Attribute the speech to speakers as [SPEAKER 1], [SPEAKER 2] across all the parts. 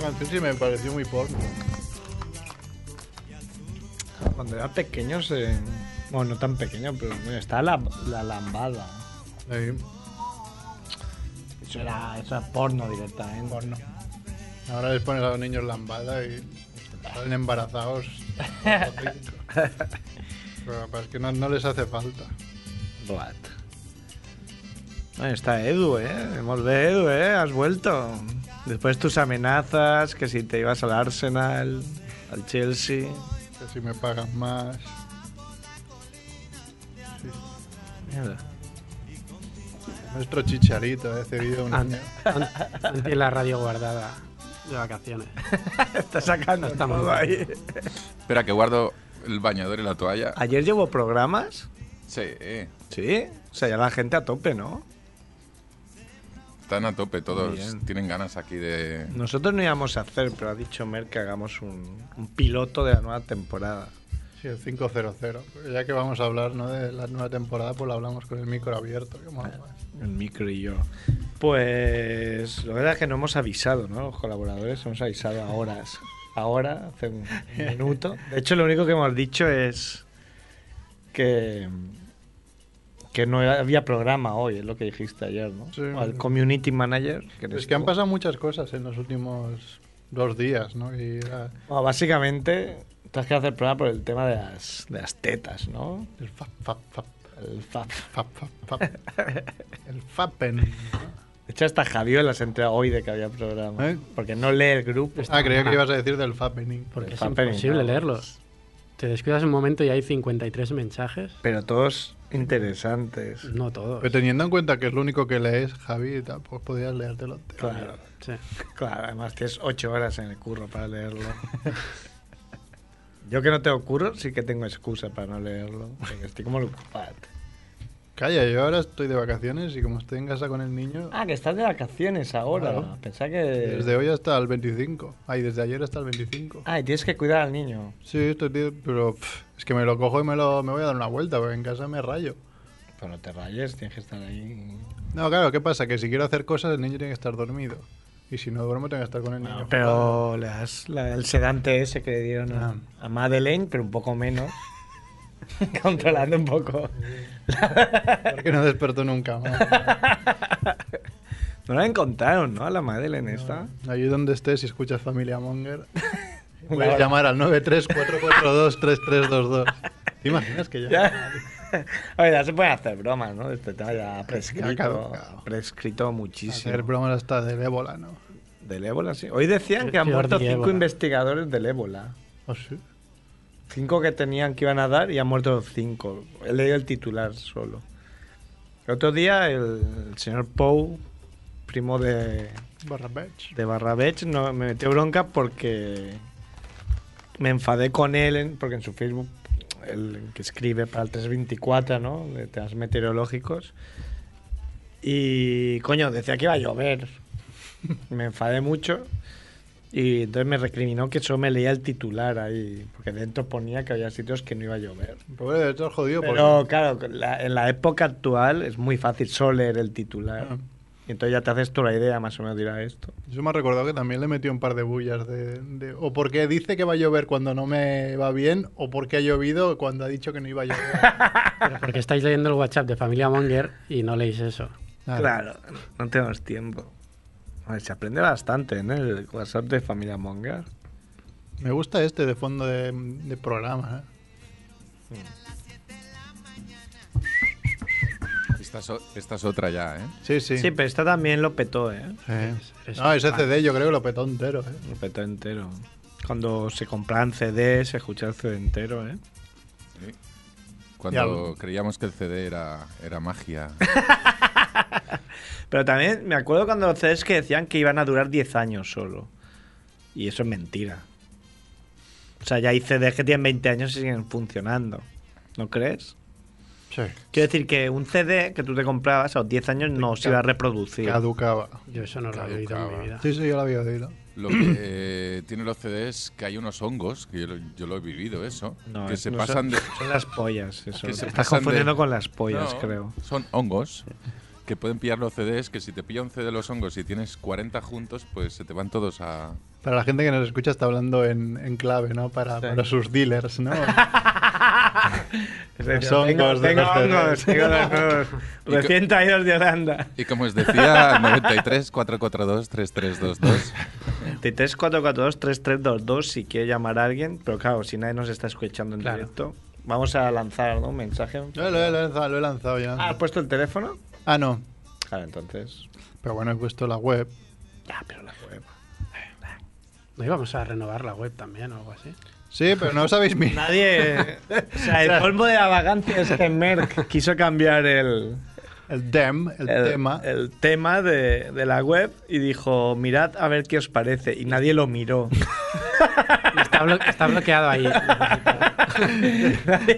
[SPEAKER 1] canción sí me pareció muy porno.
[SPEAKER 2] Cuando era pequeño se... Bueno, no tan pequeño, pero bueno, está la, la lambada.
[SPEAKER 1] Ahí.
[SPEAKER 2] Eso era, eso es porno directamente. Porno.
[SPEAKER 1] Ahora les pones a los niños lambada y salen embarazados. Pero es que no, no les hace falta.
[SPEAKER 2] What? Ahí está Edu, eh. Hemos de Edu, eh. Has vuelto. Después tus amenazas, que si te ibas al Arsenal, al Chelsea.
[SPEAKER 1] Que si me pagas más. Sí.
[SPEAKER 2] Mierda.
[SPEAKER 1] Nuestro chicharito ha cedido un año.
[SPEAKER 3] Antes la radio guardada de vacaciones.
[SPEAKER 2] Está
[SPEAKER 1] Ah,
[SPEAKER 2] sacando esta ahí.
[SPEAKER 4] Espera, que guardo el bañador y la toalla.
[SPEAKER 2] Ayer llevo programas.
[SPEAKER 4] Sí, eh,
[SPEAKER 2] Sí. O sea, ya la gente a tope, ¿no?
[SPEAKER 4] están a tope todos.
[SPEAKER 2] Bien.
[SPEAKER 4] Tienen ganas aquí de.
[SPEAKER 2] Nosotros no íbamos a hacer, pero ha dicho Mer que hagamos un, un piloto de la nueva temporada.
[SPEAKER 1] Sí, el 500. Ya que vamos a hablar ¿no? de la nueva temporada, pues la hablamos con el micro abierto. que mola más.
[SPEAKER 2] El micro y yo. Pues la verdad es que no hemos avisado, ¿no? Los colaboradores hemos avisado a horas. Ahora, hace un minuto. De hecho, lo único que hemos dicho es que, que no había programa hoy, es lo que dijiste ayer, ¿no?
[SPEAKER 1] Sí.
[SPEAKER 2] Al community manager. que eres
[SPEAKER 1] Es que han
[SPEAKER 2] tú.
[SPEAKER 1] pasado muchas cosas en los últimos dos días, ¿no? Y era
[SPEAKER 2] Bueno, básicamente, tienes que hacer programa por el tema de las, de las tetas, ¿no?
[SPEAKER 1] el fap, fap, fap,
[SPEAKER 2] El fa-
[SPEAKER 1] fap, fap, fap. El fapen. ¿no?
[SPEAKER 2] De hecho, hasta Javier las entrega hoy de que había programa.
[SPEAKER 1] ¿Eh?
[SPEAKER 2] Porque no lee el grupo.
[SPEAKER 1] Ah, creía que ibas a decir del fapening.
[SPEAKER 3] Porque es
[SPEAKER 2] Está
[SPEAKER 3] imposible
[SPEAKER 2] perinado.
[SPEAKER 3] leerlos. Te descuidas un momento y hay 53 mensajes.
[SPEAKER 2] Pero todos interesantes.
[SPEAKER 3] No todos.
[SPEAKER 1] Pero teniendo en cuenta que es lo único que lees, Javi, pues podías leértelo.
[SPEAKER 2] Claro,
[SPEAKER 3] Sí.
[SPEAKER 2] claro. Además, tienes ocho horas en el curro para leerlo. Yo que no tengo curro, sí que tengo excusa para no leerlo. porque estoy como ocupado.
[SPEAKER 1] Calla, yo ahora estoy de vacaciones y como estoy en casa con el niño,
[SPEAKER 2] Ah, que estás de vacaciones ahora.
[SPEAKER 1] Claro.
[SPEAKER 2] Pensá que...
[SPEAKER 1] desde hoy hasta el 25. Ay, desde ayer hasta el 25.
[SPEAKER 2] Ah, y tienes que cuidar al niño.
[SPEAKER 1] Sí, estoy, tío, pero pff, es que me lo cojo y me, lo, me voy a dar una vuelta, porque en casa me rayo.
[SPEAKER 2] Pero no te rayes, tienes que estar ahí.
[SPEAKER 1] No, claro, ¿qué pasa? Que si quiero hacer cosas, el niño tiene que estar dormido. Y si no duermo, tengo que estar con el
[SPEAKER 2] Ah,
[SPEAKER 1] niño.
[SPEAKER 2] Pero las- la- el sedante ese que le dieron a, a Madeleine, pero un poco menos. controlando un poco.
[SPEAKER 1] Porque no despertó nunca más.
[SPEAKER 2] No la encontraron, ¿no? A la Madeleine esta.
[SPEAKER 1] Allí donde estés, si escuchas Familia Monger,
[SPEAKER 2] Claro.
[SPEAKER 1] puedes llamar al 934423322. ¿Te imaginas que ya?
[SPEAKER 2] Ya. A ver, ya se pueden hacer bromas, ¿no? De Este tema ya ha
[SPEAKER 1] Ya,
[SPEAKER 2] prescrito,
[SPEAKER 1] claro, claro.
[SPEAKER 2] prescrito muchísimo.
[SPEAKER 1] Hacer bromas hasta del ébola, ¿no?
[SPEAKER 2] Del ébola, sí. Hoy decían que han
[SPEAKER 3] Jordi
[SPEAKER 2] muerto cinco
[SPEAKER 3] Ébola.
[SPEAKER 2] investigadores del ébola.
[SPEAKER 1] ¿O Ah, sí?
[SPEAKER 2] Cinco que tenían que iban a dar y han muerto los cinco. He leído el titular solo. El otro día el, señor Pou, primo de,
[SPEAKER 1] Barra Batch.
[SPEAKER 2] de Barrabech, no, me metió bronca porque me enfadé con él, en- porque en su Facebook, el que escribe para el 324, ¿no? De temas meteorológicos. Y, coño, decía que iba a llover. Me enfadé mucho. Y entonces me recriminó que solo me leía el titular ahí, porque dentro ponía que había sitios que no iba a llover.
[SPEAKER 1] Pobre de estar jodido,
[SPEAKER 2] Pero
[SPEAKER 1] porque...
[SPEAKER 2] claro, la- en la época actual es muy fácil solo leer el titular.
[SPEAKER 1] Ah.
[SPEAKER 2] Y entonces ya te haces tú la idea más o menos dirá esto.
[SPEAKER 1] Eso me ha recordado que también le metió un par de bullas de, de- O porque dice que va a llover cuando no me va bien, o porque ha llovido cuando ha dicho que no iba a llover.
[SPEAKER 3] Pero porque estáis leyendo el WhatsApp de Familia Monger y no leéis eso.
[SPEAKER 2] Claro, no tenemos tiempo. A ver, se aprende bastante ¿eh? en el WhatsApp de Familia Monger.
[SPEAKER 1] Me gusta este de fondo de, de programa. ¿eh?
[SPEAKER 4] Esta es, o- esta es otra ya, ¿eh?
[SPEAKER 1] Sí, sí.
[SPEAKER 2] Sí, pero esta también lo petó, ¿eh?
[SPEAKER 1] Eh.
[SPEAKER 3] eres
[SPEAKER 1] No, ese CD yo creo que lo petó entero. ¿eh?
[SPEAKER 2] Lo petó entero. Cuando se compraban CDs, se escuchaba el CD entero, ¿eh?
[SPEAKER 4] Cuando creíamos que el CD era, era magia.
[SPEAKER 2] Pero también me acuerdo cuando los CDs que decían que iban a durar 10 años solo. Y eso es mentira. O sea, ya hay CDs que tienen 20 años y siguen funcionando. ¿No crees?
[SPEAKER 1] Sí.
[SPEAKER 2] Quiero decir que un CD que tú te comprabas a los 10 años no se iba a reproducir.
[SPEAKER 1] Caducaba.
[SPEAKER 3] Yo eso no lo he oído en mi vida.
[SPEAKER 1] Sí, sí, yo lo había oído.
[SPEAKER 4] Lo que eh, tiene los CDs que hay unos hongos, que yo, lo- yo lo he vivido eso,
[SPEAKER 2] No,
[SPEAKER 4] que
[SPEAKER 2] es-
[SPEAKER 4] se
[SPEAKER 2] no son,
[SPEAKER 4] pasan de...
[SPEAKER 2] son las pollas, eso.
[SPEAKER 4] que
[SPEAKER 2] Te
[SPEAKER 4] se
[SPEAKER 2] estás
[SPEAKER 4] pasan de-
[SPEAKER 2] confundiendo con las pollas,
[SPEAKER 4] No,
[SPEAKER 2] creo.
[SPEAKER 4] Son hongos que pueden pillar los CDs, que si te pilla un CD los hongos y tienes 40 juntos, pues se te van todos a,
[SPEAKER 1] Para la gente que nos escucha está hablando en, en clave, ¿no? Para, para sus dealers, ¿no?
[SPEAKER 2] Es decir,
[SPEAKER 1] Los hongos de
[SPEAKER 2] tengo
[SPEAKER 1] los
[SPEAKER 2] hongos,
[SPEAKER 1] cerdos.
[SPEAKER 2] tengo los nuevos. Recién traídos de Holanda.
[SPEAKER 4] Y como os decía, 93 442 3322.
[SPEAKER 2] 23 442 3322 si quiere llamar a alguien, pero claro, si nadie nos está escuchando en
[SPEAKER 3] Claro.
[SPEAKER 2] directo, vamos a lanzar ¿no? un mensaje.
[SPEAKER 1] Yo lo he lanzado, lo he lanzado ya.
[SPEAKER 2] Ah, ¿Has puesto el teléfono?
[SPEAKER 1] Ah, no.
[SPEAKER 2] Claro, entonces.
[SPEAKER 1] Pero bueno, he puesto la web.
[SPEAKER 2] Ya, pero la web.
[SPEAKER 3] No íbamos a renovar la web también o algo así.
[SPEAKER 1] Sí, pero no os habéis mirado.
[SPEAKER 2] Nadie. o sea, el polvo de la vagancia es que Merck quiso cambiar el.
[SPEAKER 1] El dem, el, tema.
[SPEAKER 2] el tema de, de la web y dijo, mirad a ver qué os parece. Y nadie lo miró.
[SPEAKER 3] Está, blo- está bloqueado ahí.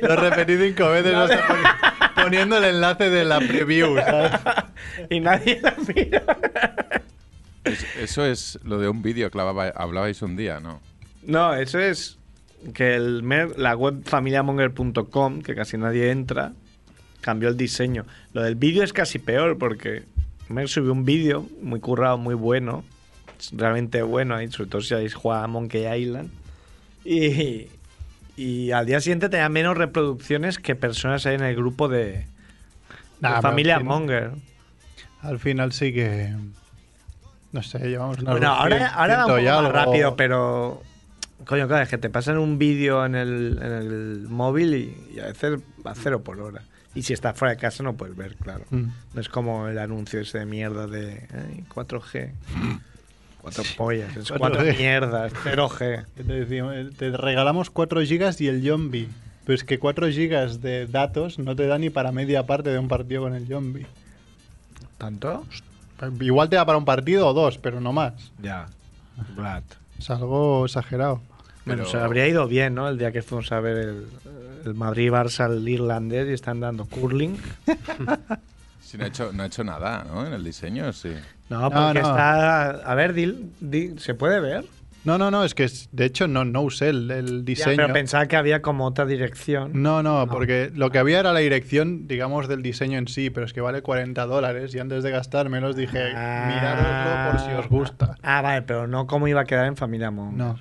[SPEAKER 1] Lo he repetido cinco veces. o sea, poni- poniendo el enlace de la preview, ¿sabes?
[SPEAKER 2] y nadie lo miró.
[SPEAKER 4] Es- eso es lo de un vídeo que hablaba- hablabais un día, ¿no?
[SPEAKER 2] No, eso es que el mer- la web familiamonger.com, que casi nadie entra, cambió el diseño. Lo del vídeo es casi peor porque Mer subió un vídeo muy currado, muy bueno, es realmente bueno, ahí, sobre todo si habéis jugado a Monkey Island. Y, y al día siguiente tenía menos reproducciones que personas ahí en el grupo de, de
[SPEAKER 1] Nah, pero
[SPEAKER 2] Familia
[SPEAKER 1] al fin-
[SPEAKER 2] Monger.
[SPEAKER 1] Al final sí que. No sé, llevamos una.
[SPEAKER 2] Bueno, ahora, ahora va un poco más rápido, pero. Coño, claro, es que te pasan un vídeo en el, en el móvil y, y a veces va cero por hora. Y si estás fuera de casa no puedes ver, claro.
[SPEAKER 1] Mm.
[SPEAKER 2] No es como el anuncio ese de mierda de "Ay, 4G. Cuatro pollas, es
[SPEAKER 1] 4G.
[SPEAKER 2] cuatro mierdas, 0G.
[SPEAKER 1] ¿Qué te decimos? Eh, Te regalamos 4 gigas y el zombie. Pero es que 4 gigas de datos no te da ni para media parte de un partido con el zombie.
[SPEAKER 2] ¿Tanto?
[SPEAKER 1] Igual te da para un partido o dos, pero no más.
[SPEAKER 2] Ya. Brad.
[SPEAKER 1] Es algo exagerado.
[SPEAKER 2] Bueno, se
[SPEAKER 4] Pero-
[SPEAKER 2] habría ido bien, ¿no? El día que fuimos a ver el, el Madrid-Barça al irlandés y están dando curling.
[SPEAKER 4] Sí, no ha hecho, no ha hecho nada, ¿no? En el diseño, sí.
[SPEAKER 2] No,
[SPEAKER 1] No,
[SPEAKER 2] porque
[SPEAKER 1] no.
[SPEAKER 2] está. A ver, Dil, Dil, ¿se puede ver?
[SPEAKER 1] No, no, no, es que es- de hecho no, no usé el, el
[SPEAKER 2] Ya,
[SPEAKER 1] diseño.
[SPEAKER 2] pero Ah. pensaba que había como otra dirección.
[SPEAKER 1] No, no, porque lo que había era la dirección, digamos, del diseño en sí, pero es que vale 40 dólares y antes de gastármelos dije, miradoslo Eh, por si os gusta.
[SPEAKER 2] Ah, vale, pero no cómo iba a quedar en Familia Monger.
[SPEAKER 1] No.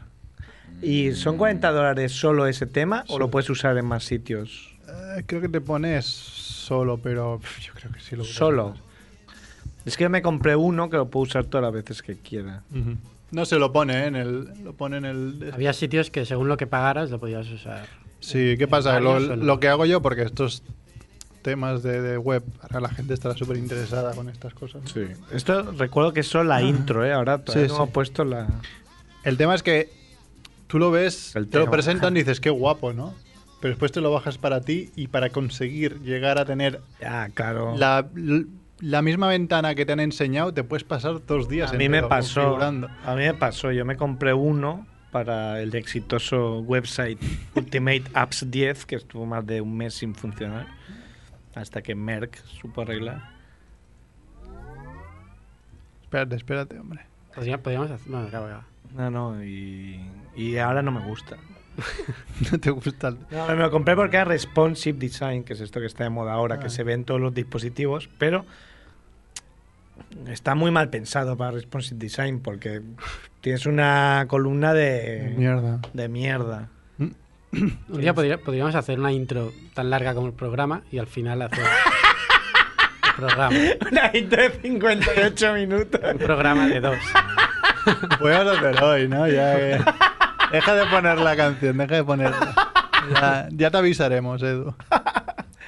[SPEAKER 2] ¿Y son 40 dólares solo ese tema o lo puedes usar en más sitios?
[SPEAKER 1] Eh, creo que te pones solo, pero pf, yo creo que sí lo hubiera
[SPEAKER 2] Solo.
[SPEAKER 1] usado.
[SPEAKER 2] Es que yo me compré uno que lo puedo usar todas las veces que quiera.
[SPEAKER 1] Ujú. No se lo pone ¿eh? en el. Lo pone en el.
[SPEAKER 3] Había sitios que según lo que pagaras lo podías usar.
[SPEAKER 1] Sí, ¿qué pasa? Lo,
[SPEAKER 3] varios solo.
[SPEAKER 1] lo que hago yo, porque estos temas de, de web, ahora la gente estará súper interesada con estas cosas.
[SPEAKER 2] Sí. Esto recuerdo que es solo la intro, ¿eh? Ahora todavía
[SPEAKER 1] Ah. Sí,
[SPEAKER 2] no
[SPEAKER 1] sí.
[SPEAKER 2] he puesto la.
[SPEAKER 1] El tema es que tú lo ves,
[SPEAKER 2] El
[SPEAKER 1] te lo
[SPEAKER 2] tema.
[SPEAKER 1] presentan y dices, qué guapo, ¿no? Pero después te lo bajas para ti y para conseguir llegar a tener
[SPEAKER 2] Ya, claro.
[SPEAKER 1] la, la misma ventana que te han enseñado, te puedes pasar dos días
[SPEAKER 2] A mí me
[SPEAKER 1] entero
[SPEAKER 2] pasó.
[SPEAKER 1] configurando.
[SPEAKER 2] A mí me pasó. Yo me compré uno para el exitoso website Ultimate Apps 10, que estuvo más de un mes sin funcionar, hasta que Merck supo arreglar.
[SPEAKER 1] Espérate, espérate, hombre.
[SPEAKER 3] Podría- Podríamos hacer. No, acabo ya.
[SPEAKER 2] No, no, y, y ahora no me gusta.
[SPEAKER 1] No te gusta el-
[SPEAKER 2] No, me lo compré porque era responsive design, que es esto que está de moda ahora, que
[SPEAKER 1] Ah.
[SPEAKER 2] se ve en todos los dispositivos, pero está muy mal pensado para responsive design porque tienes una columna de,
[SPEAKER 1] Mierda.
[SPEAKER 2] de mierda.
[SPEAKER 3] Un día podría- podríamos hacer una intro tan larga como el programa y al final hacer. el programa.
[SPEAKER 2] Una intro de 58 minutos.
[SPEAKER 3] Un programa de dos.
[SPEAKER 1] Podemos hacer hoy, ¿no? Ya que- Deja de poner la canción, deja de ponerla. Ya, ya te avisaremos, Edu.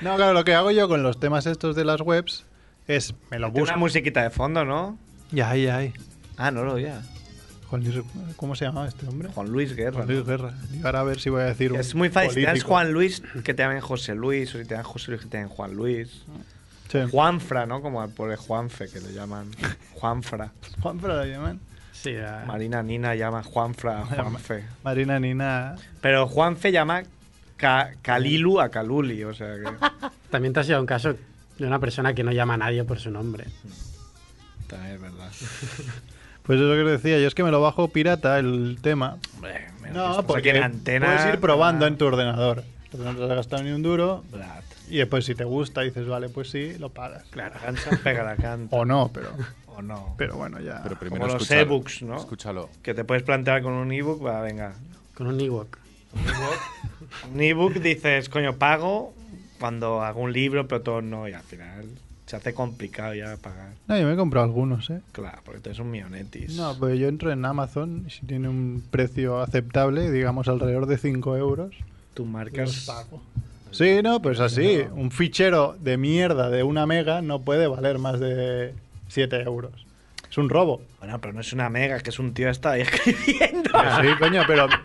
[SPEAKER 1] No, claro, lo que hago yo con los temas estos de las webs es me lo
[SPEAKER 2] Tiene Una
[SPEAKER 1] busco.
[SPEAKER 2] musiquita de fondo, ¿no?
[SPEAKER 1] Ya, ya, ya.
[SPEAKER 2] Ah, no lo oía.
[SPEAKER 1] Juan Luis- ¿Cómo se llamaba este hombre?
[SPEAKER 2] Juan Luis Guerra.
[SPEAKER 1] Juan Luis Guerra. Y ahora a ver si voy a decir un
[SPEAKER 2] Es muy fácil. Si te dan
[SPEAKER 1] político.
[SPEAKER 2] Juan Luis, que te llamen José Luis, o si te dan José Luis, que te llamen Juan Luis.
[SPEAKER 1] Sí.
[SPEAKER 2] Juanfra, ¿no? Como al pobre Juanfe, que le llaman Juanfra.
[SPEAKER 1] Juan, pero lo llaman.
[SPEAKER 3] Sí, ya.
[SPEAKER 2] Marina Nina llama Juanfra a Juanfe.
[SPEAKER 1] Marina Nina.
[SPEAKER 2] Pero Juanfe llama Ca- Calilu a Caluli, o sea que...
[SPEAKER 3] También te ha sido un caso de una persona que no llama a nadie por su nombre.
[SPEAKER 2] También es verdad.
[SPEAKER 1] Pues eso que os decía, yo es que me lo bajo pirata el tema.
[SPEAKER 2] Hombre, mira,
[SPEAKER 1] No,
[SPEAKER 2] estás aquí
[SPEAKER 1] porque
[SPEAKER 2] en antena. Ah.
[SPEAKER 1] puedes ir probando en tu ordenador. pero no te has gastado ni un duro.
[SPEAKER 2] Blat.
[SPEAKER 1] Y después si te gusta, dices, vale, pues sí, lo pagas.
[SPEAKER 2] Claro, cansa, pega la canta.
[SPEAKER 1] O no, pero,
[SPEAKER 2] O no.
[SPEAKER 1] pero bueno, ya.
[SPEAKER 4] Pero primero
[SPEAKER 2] los
[SPEAKER 4] escúchalo,
[SPEAKER 2] ebooks, ¿no?
[SPEAKER 4] Escúchalo.
[SPEAKER 2] Que te puedes plantear con un ebook, va, venga.
[SPEAKER 3] Con un Ewok.
[SPEAKER 2] Un ebook dices, coño, pago cuando hago un libro, pero todo no, y al final se hace complicado ya pagar.
[SPEAKER 1] No, yo me he comprado algunos, ¿eh?
[SPEAKER 2] Claro, porque tú eres un mionetis.
[SPEAKER 1] No, pero yo entro en Amazon, y si tiene un precio aceptable, digamos alrededor de 5 euros.
[SPEAKER 2] Tú marcas.
[SPEAKER 1] Sí, no, pues así. Un fichero de mierda de una mega no puede valer más de 7 euros. Es un robo.
[SPEAKER 2] Bueno, pero no es una mega, que es un tío está ahí escribiendo.
[SPEAKER 1] Pues sí, coño, pero.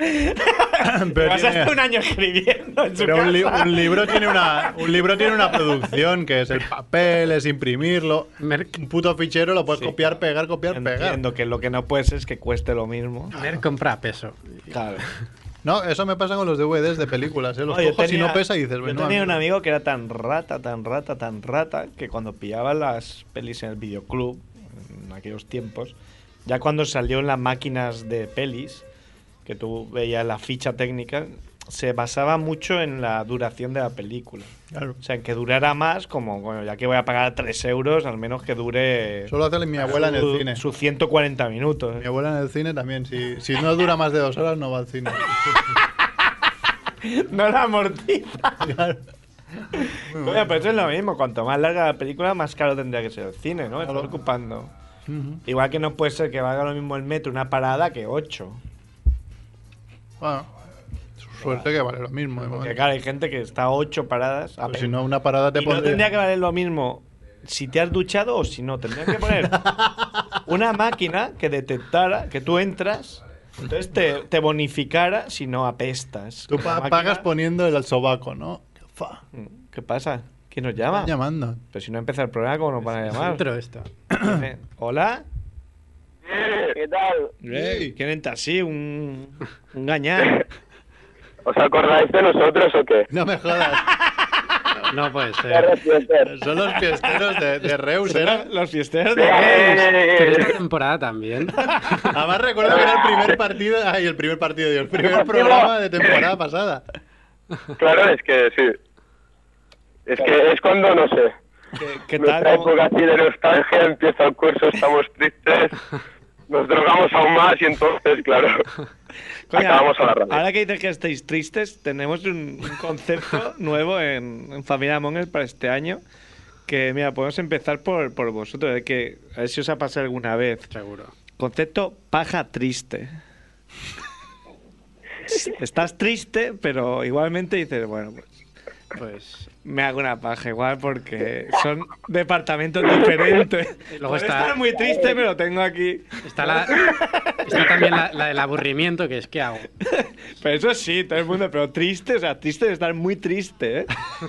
[SPEAKER 1] pero
[SPEAKER 2] Vas
[SPEAKER 1] tiene-
[SPEAKER 2] hasta un año escribiendo. En su
[SPEAKER 1] pero un, li-
[SPEAKER 2] casa.
[SPEAKER 1] un libro tiene una, un libro tiene una producción que es el papel, es imprimirlo.
[SPEAKER 3] Mer-
[SPEAKER 1] Un puto fichero lo puedes
[SPEAKER 2] Sí,
[SPEAKER 1] copiar, pegar, copiar, pegar.
[SPEAKER 2] Entiendo que lo que no puedes es que cueste lo mismo.
[SPEAKER 3] Mer compra a peso.
[SPEAKER 2] Claro.
[SPEAKER 1] No, eso me pasa con los DVDs de películas. ¿eh? Los
[SPEAKER 2] yo
[SPEAKER 1] cojo si
[SPEAKER 2] tenía-
[SPEAKER 1] no pesa y dices,
[SPEAKER 2] Yo
[SPEAKER 1] bueno,
[SPEAKER 2] tenía un
[SPEAKER 1] amigo.
[SPEAKER 2] amigo que era tan rata, tan rata, tan rata, que cuando pillaba las pelis en el videoclub, en aquellos tiempos, ya cuando salió en las máquinas de pelis, que tú veías la ficha técnica, se basaba mucho en la duración de la película.
[SPEAKER 1] Claro.
[SPEAKER 2] O sea, en que durara más, como, bueno, ya que voy a pagar 3 euros, al menos que dure
[SPEAKER 1] Solo hace mi abuela en el
[SPEAKER 2] su-
[SPEAKER 1] cine.
[SPEAKER 2] sus 140 minutos.
[SPEAKER 1] Mi abuela en el cine también. Si, si no dura más de dos horas, no va al cine.
[SPEAKER 2] No la amortiza. Oye, pero eso es lo mismo. Cuanto más larga la película, más caro tendría que ser el cine, ¿no? Me Estás ocupando.
[SPEAKER 1] Ujú.
[SPEAKER 2] Igual que no puede ser que valga lo mismo el metro una parada que ocho.
[SPEAKER 1] Bueno, suerte que vale lo mismo. de
[SPEAKER 2] Porque
[SPEAKER 1] momento.
[SPEAKER 2] claro, hay gente que está ocho paradas. a
[SPEAKER 1] Pues
[SPEAKER 2] pe-
[SPEAKER 1] si no, una parada te
[SPEAKER 2] y no tendría
[SPEAKER 1] pondría.
[SPEAKER 2] que valer lo mismo si te has duchado o si no. Tendría que poner una máquina que detectara que tú entras, entonces te, te bonificara si no apestas.
[SPEAKER 1] Tú
[SPEAKER 2] Con la
[SPEAKER 1] pa-
[SPEAKER 2] máquina- Mm,
[SPEAKER 1] pagas poniendo el sobaco, ¿no? Fa.
[SPEAKER 2] ¿Qué pasa? ¿Quién nos
[SPEAKER 1] Están
[SPEAKER 2] llama?
[SPEAKER 1] llamando.
[SPEAKER 2] Pero si no empieza el programa, ¿cómo nos van a
[SPEAKER 3] Es
[SPEAKER 2] llamar?
[SPEAKER 3] intro esto.
[SPEAKER 2] Dice, Hola.
[SPEAKER 5] ¿Qué tal?
[SPEAKER 1] Ey.
[SPEAKER 2] ¿Quién entra así? Un, un gañán.
[SPEAKER 5] ¿Os acordáis de nosotros o qué?
[SPEAKER 1] No me jodas.
[SPEAKER 3] No puede
[SPEAKER 5] Me
[SPEAKER 3] ser.
[SPEAKER 5] arrepiento.
[SPEAKER 1] Son los fiesteros de, de Reus, ¿eh?
[SPEAKER 2] ¿Será
[SPEAKER 1] ¿era?
[SPEAKER 2] los fiesteros de
[SPEAKER 3] Pero
[SPEAKER 5] Eh,
[SPEAKER 3] esta temporada también.
[SPEAKER 1] Además recuerdo que era el primer partido, ay, el primer partido, Dios, el primer programa de temporada pasada.
[SPEAKER 5] Claro, es que sí. Es que es cuando, no sé,
[SPEAKER 2] ¿Qué, qué tal?
[SPEAKER 5] nuestra
[SPEAKER 2] ¿Cómo-
[SPEAKER 5] época así de nostalgia, empieza el curso, estamos tristes, nos drogamos aún más y entonces, claro,
[SPEAKER 2] Coño,
[SPEAKER 5] acabamos a la radio.
[SPEAKER 2] Ahora que dices que estáis tristes, tenemos un, un concepto nuevo en, en Familia Monger para este año. Que mira, podemos empezar por, por vosotros, de que a ver si os ha pasado alguna vez.
[SPEAKER 3] Seguro.
[SPEAKER 2] Concepto paja triste. Estás triste, pero igualmente dices, bueno, pues
[SPEAKER 3] Pues.
[SPEAKER 2] me hago una paja igual porque son departamentos diferentes.
[SPEAKER 3] Luego
[SPEAKER 2] Puedo
[SPEAKER 3] está-
[SPEAKER 2] estar muy triste, pero tengo aquí.
[SPEAKER 3] Está, la, está también la, la del aburrimiento, que es que hago.
[SPEAKER 2] Pero eso sí, todo el mundo, pero triste, o sea, triste de estar muy triste, ¿eh?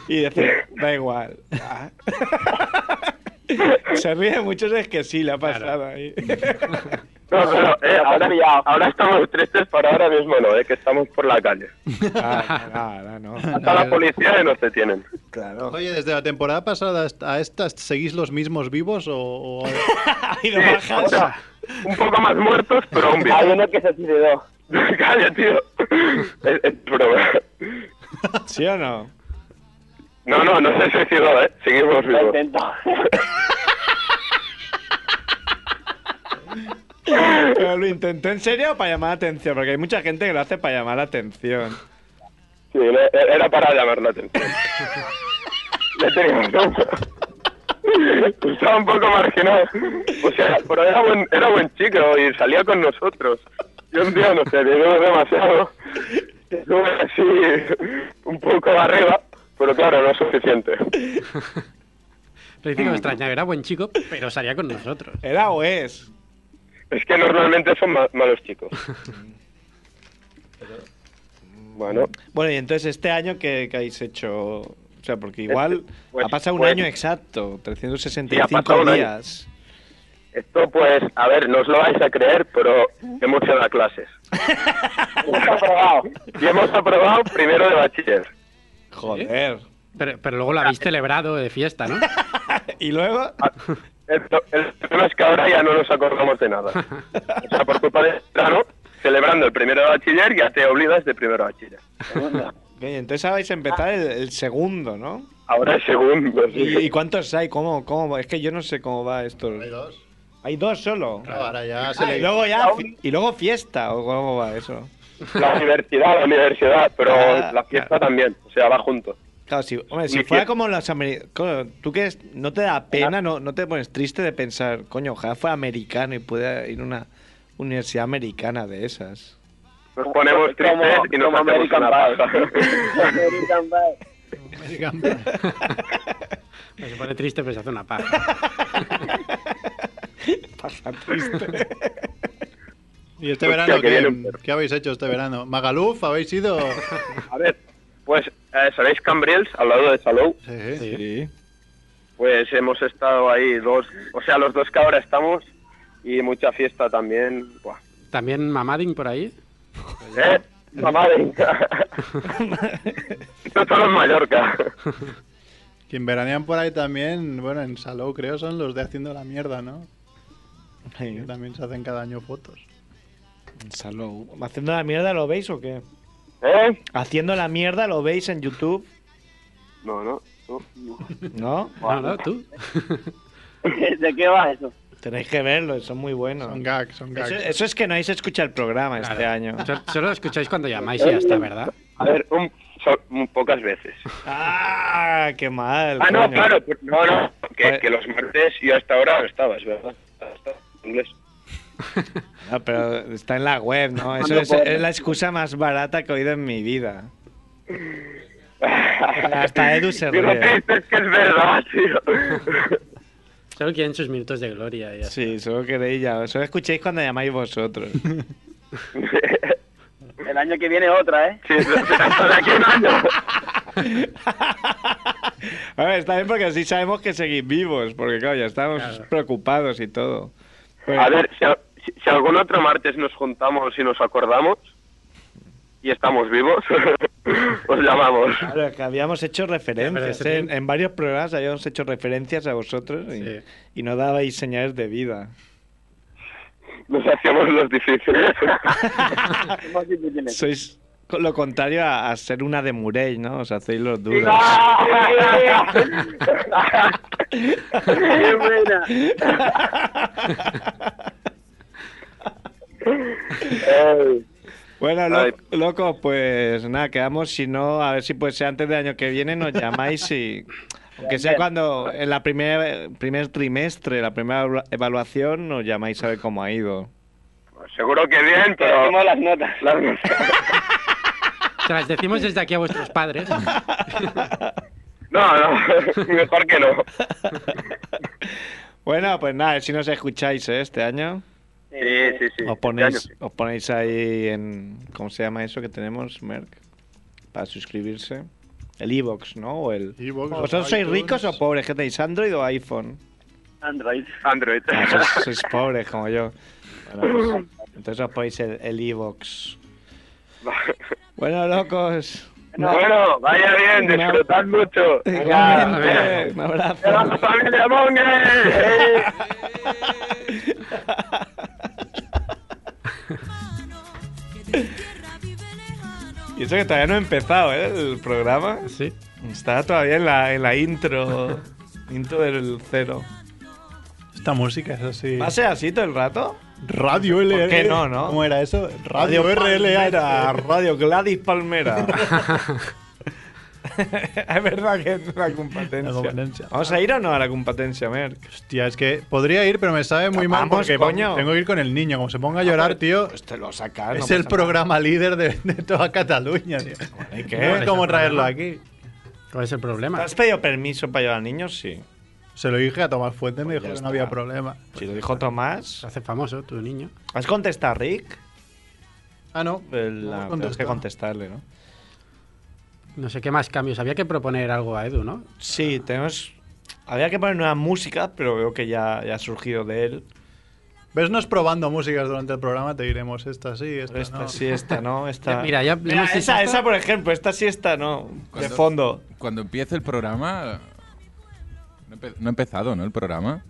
[SPEAKER 2] Y decir, da igual. Ah. Se ríe mucho, es que sí, le ha pasado ahí.
[SPEAKER 5] No, pero eh, ahora, ahora estamos tristes, pero ahora mismo no, eh, que estamos por la calle.
[SPEAKER 2] Ah, no, no, no.
[SPEAKER 5] Hasta la policía y nos detienen.
[SPEAKER 2] Claro.
[SPEAKER 1] Oye, desde la temporada pasada hasta- a estas seguís los mismos vivos o, o-
[SPEAKER 2] Ahí lo
[SPEAKER 5] Sí, o
[SPEAKER 2] bajas.
[SPEAKER 5] sea, un poco más muertos, pero aún vivos. Hay uno que se suicidó. Calla, tío. Es, es broma.
[SPEAKER 2] ¿Sí o no?
[SPEAKER 5] No, no, no se suicidó, ¿eh? Seguimos vivos.
[SPEAKER 2] Pero lo intentó en serio o para llamar la atención, porque hay mucha gente que lo hace para llamar la atención.
[SPEAKER 5] Sí, le- era para llamar la atención. Le teníamos Estaba un poco marginado. O sea, pero era buen, era buen chico y salía con nosotros. Yo un día, no sé, vivimos demasiado. Estuve así, un poco arriba, pero claro, no es suficiente.
[SPEAKER 3] Pero dice que me extraña, que era buen chico, pero salía con nosotros.
[SPEAKER 2] ¿Era o es?
[SPEAKER 5] Es que normalmente son ma- malos chicos. Bueno,
[SPEAKER 2] Bueno, y entonces este año que, habéis hecho, o sea, porque igual
[SPEAKER 5] Este, pues,
[SPEAKER 2] ha pasado un
[SPEAKER 5] pues-
[SPEAKER 2] año exacto,
[SPEAKER 5] Sí, ha pasado
[SPEAKER 2] 365
[SPEAKER 5] un año.
[SPEAKER 2] días.
[SPEAKER 5] esto pues, a ver, no os lo vais a creer, pero hemos ido a clases. hemos aprobado. Y hemos aprobado primero de bachiller.
[SPEAKER 2] Joder.
[SPEAKER 3] Pero, pero luego lo habéis celebrado de fiesta, ¿no?
[SPEAKER 2] Y luego,
[SPEAKER 5] El, pro- el problema es que ahora ya no nos acordamos de nada. O sea, por culpa de verano, celebrando el primero de bachiller, ya te olvidas de primero de bachiller.
[SPEAKER 2] Oye, entonces ahora vais a empezar el, el segundo, ¿no?
[SPEAKER 5] Ahora es segundo,
[SPEAKER 2] ¿Y,
[SPEAKER 5] sí.
[SPEAKER 2] y cuántos hay? ¿Cómo, ¿Cómo? va? Es que yo no sé cómo va esto.
[SPEAKER 1] Hay dos.
[SPEAKER 2] Hay dos solo.
[SPEAKER 1] Claro, ahora ya se
[SPEAKER 2] Y
[SPEAKER 1] le...
[SPEAKER 2] luego ya fi- y luego fiesta o cómo va eso.
[SPEAKER 5] La universidad, la universidad, pero
[SPEAKER 2] Ah,
[SPEAKER 5] la fiesta
[SPEAKER 2] claro.
[SPEAKER 5] también, o sea, va junto.
[SPEAKER 2] Claro, si, hombre, si
[SPEAKER 5] Mi
[SPEAKER 2] fuera
[SPEAKER 5] fie-
[SPEAKER 2] como los americanos, tú que es- no te da pena, no, no te pones triste de pensar, coño, ojalá fuera americano y pudiera ir a una universidad americana de esas.
[SPEAKER 5] Nos ponemos tristes y nos hacemos una paja.
[SPEAKER 6] American Pie.
[SPEAKER 3] Pues Se pone triste, pero se hace una paja.
[SPEAKER 2] Paja triste.
[SPEAKER 1] ¿Y este
[SPEAKER 5] Hostia,
[SPEAKER 1] verano
[SPEAKER 5] que viene un
[SPEAKER 1] ¿qué,
[SPEAKER 5] perro.
[SPEAKER 1] qué habéis hecho este verano? ¿Magaluf? ¿Habéis ido?
[SPEAKER 5] A ver, pues, eh, ¿sabéis Cambrils, al lado de Salou?
[SPEAKER 1] Sí, sí.
[SPEAKER 2] Sí.
[SPEAKER 5] Pues hemos estado ahí dos, o sea, los dos que ahora estamos, y mucha fiesta también. Buah.
[SPEAKER 3] También mamading por ahí.
[SPEAKER 2] Pues
[SPEAKER 5] ¿Eh? Mamá de Inca. No solo en Mallorca.
[SPEAKER 1] Quien veranean por ahí también, bueno, en Salou creo son los de Haciendo la Mierda, ¿no? Que también se hacen cada año fotos.
[SPEAKER 2] Salud. ¿Haciendo la mierda lo veis o qué?
[SPEAKER 5] ¿Eh?
[SPEAKER 2] ¿Haciendo la mierda lo veis en YouTube?
[SPEAKER 5] No, no. no, no.
[SPEAKER 2] ¿No?
[SPEAKER 3] No, no, tú.
[SPEAKER 6] ¿De qué va eso?
[SPEAKER 2] Tenéis que verlo, son muy buenos.
[SPEAKER 1] Son gags, son gags.
[SPEAKER 2] Eso, eso es que no habéis escuchado el programa este año.
[SPEAKER 3] Solo- Solo lo escucháis cuando llamáis y ya está, ¿verdad?
[SPEAKER 5] A ver, un, so- un- pocas veces.
[SPEAKER 2] ¡Ah! ¡Qué mal!
[SPEAKER 5] Ah, no,
[SPEAKER 2] coño.
[SPEAKER 5] claro. pero- No, no. Que,
[SPEAKER 2] Pues-
[SPEAKER 5] que los martes y hasta ahora no estabas, ¿verdad? Hasta inglés.
[SPEAKER 2] No, Ah, pero está en la web, ¿no? Eso
[SPEAKER 6] No
[SPEAKER 2] es,
[SPEAKER 6] puedo.
[SPEAKER 2] es la excusa más barata que he oído en mi vida. Hasta Edu se
[SPEAKER 5] Tío, no te
[SPEAKER 2] ríe.
[SPEAKER 5] dices que es verdad, tío.
[SPEAKER 3] Solo quieren sus minutos de gloria. y ya está.
[SPEAKER 2] Sí, solo queréis ya. Solo escuchéis cuando llamáis vosotros.
[SPEAKER 6] El año que viene otra, ¿eh?
[SPEAKER 5] Sí, hasta de aquí a un año.
[SPEAKER 2] A ver, está bien porque así sabemos que seguís vivos, porque claro, ya estamos preocupados y todo. Pero-
[SPEAKER 5] A ver, si, Pues a- si- si algún otro martes nos juntamos y nos acordamos y estamos vivos, os llamamos.
[SPEAKER 2] Claro, que habíamos hecho referencias.
[SPEAKER 3] ese
[SPEAKER 2] ¿eh? en,
[SPEAKER 3] tiempo-
[SPEAKER 2] varios programas habíamos hecho referencias a vosotros y,
[SPEAKER 3] Sí.
[SPEAKER 2] y no dabais señales de vida.
[SPEAKER 5] Nos hacíamos los difíciles.
[SPEAKER 6] Es más difícil.
[SPEAKER 2] Sois co- lo contrario a, a ser una de Murey, ¿no? Os hacéis los duros.
[SPEAKER 6] ¡Qué buena!
[SPEAKER 5] Ey,
[SPEAKER 2] Bueno, lo-
[SPEAKER 5] Ay.
[SPEAKER 2] loco, pues nada, quedamos. Si no, a ver si puede ser antes del año que viene, nos llamáis y. Aunque sea cuando, en la primera primer trimestre, la primera evalua- evaluación, nos llamáis a ver cómo ha ido.
[SPEAKER 5] Seguro que bien,
[SPEAKER 6] Pero
[SPEAKER 5] pero...
[SPEAKER 6] hacemos las notas.
[SPEAKER 5] Las notas.
[SPEAKER 3] Se las decimos desde aquí a vuestros padres.
[SPEAKER 5] No, no, mejor que no.
[SPEAKER 2] Bueno, pues nada, a ver si nos escucháis ¿eh? este año.
[SPEAKER 5] Sí, sí, sí.
[SPEAKER 2] Os
[SPEAKER 5] Este
[SPEAKER 2] ponéis,
[SPEAKER 5] año
[SPEAKER 2] os ponéis ahí en. ¿Cómo se llama eso que tenemos, Merck? Para suscribirse. El iVox, ¿no? O el.
[SPEAKER 1] iVoox, o
[SPEAKER 2] ¿Vosotros sois
[SPEAKER 1] iTunes.
[SPEAKER 2] ricos o pobres? ¿Qué tenéis? ¿Android o iPhone?
[SPEAKER 6] Android.
[SPEAKER 5] sí. Android.
[SPEAKER 2] Ah, sois, sois pobres como yo. Bueno, pues, entonces os ponéis el, el iVox. Bueno, locos.
[SPEAKER 5] Bueno, vaya bien,
[SPEAKER 2] Una-
[SPEAKER 5] disfrutad mucho.
[SPEAKER 2] Igualmente, Un
[SPEAKER 5] ¡De la
[SPEAKER 2] abrazo.
[SPEAKER 5] familia Monge! ¡Ey!
[SPEAKER 2] Y eso que todavía no he empezado, ¿eh? El programa.
[SPEAKER 3] Sí.
[SPEAKER 2] Está todavía en la, en la intro. intro del cero.
[SPEAKER 1] Esta música es así.
[SPEAKER 2] ¿Va a ser así todo el rato?
[SPEAKER 1] Radio LA.
[SPEAKER 2] ¿Por qué no, no?
[SPEAKER 1] ¿Cómo era eso? Radio, RLA.
[SPEAKER 2] Palmera, Radio Gladys Palmera. es verdad que es la competencia.
[SPEAKER 1] La competencia.
[SPEAKER 2] ¿Vamos a ir o no a la competencia, Merck?
[SPEAKER 1] Hostia, es que podría ir, pero me sabe muy mal
[SPEAKER 2] Vamos,
[SPEAKER 1] porque
[SPEAKER 2] coño.
[SPEAKER 1] tengo que ir con el niño. Como se ponga a llorar, tío,
[SPEAKER 2] Pues te lo sacas.
[SPEAKER 1] es el programa líder de, de toda Cataluña, tío.
[SPEAKER 2] ¿Y qué?
[SPEAKER 1] No es como traerlo aquí.
[SPEAKER 3] ¿Cuál es el
[SPEAKER 2] ¿Te
[SPEAKER 3] problema?
[SPEAKER 2] has pedido permiso para llevar al niño? Sí.
[SPEAKER 1] Se lo dije a Tomás Fuente, me dijo
[SPEAKER 2] Pues ya
[SPEAKER 1] que no
[SPEAKER 2] está.
[SPEAKER 1] había problema.
[SPEAKER 2] Si lo dijo Tomás.
[SPEAKER 3] Se hace famoso tu niño.
[SPEAKER 2] ¿Has contestado, a Rick?
[SPEAKER 1] Ah, no.
[SPEAKER 2] El-
[SPEAKER 1] no
[SPEAKER 2] la-
[SPEAKER 1] me
[SPEAKER 2] Tienes
[SPEAKER 1] contestó.
[SPEAKER 2] que contestarle, ¿no?
[SPEAKER 3] No sé qué más cambios. Había que proponer algo a Edu, ¿no?
[SPEAKER 1] Ah.
[SPEAKER 2] Sí, tenemos. Había que poner nueva música, pero veo que ya, ya ha surgido de él.
[SPEAKER 1] Vesnos probando músicas durante el programa, te diremos esta sí, esta,
[SPEAKER 2] Esta
[SPEAKER 1] no.
[SPEAKER 2] sí, esta no, esta.
[SPEAKER 3] Ya, mira, ya le hemos dicho
[SPEAKER 2] esa,
[SPEAKER 3] esto.
[SPEAKER 2] esa, por ejemplo, esta sí, esta no. De
[SPEAKER 4] Cuando-
[SPEAKER 2] fondo.
[SPEAKER 4] Cuando empiece el programa. No, empe- no ha empezado, ¿no? El programa.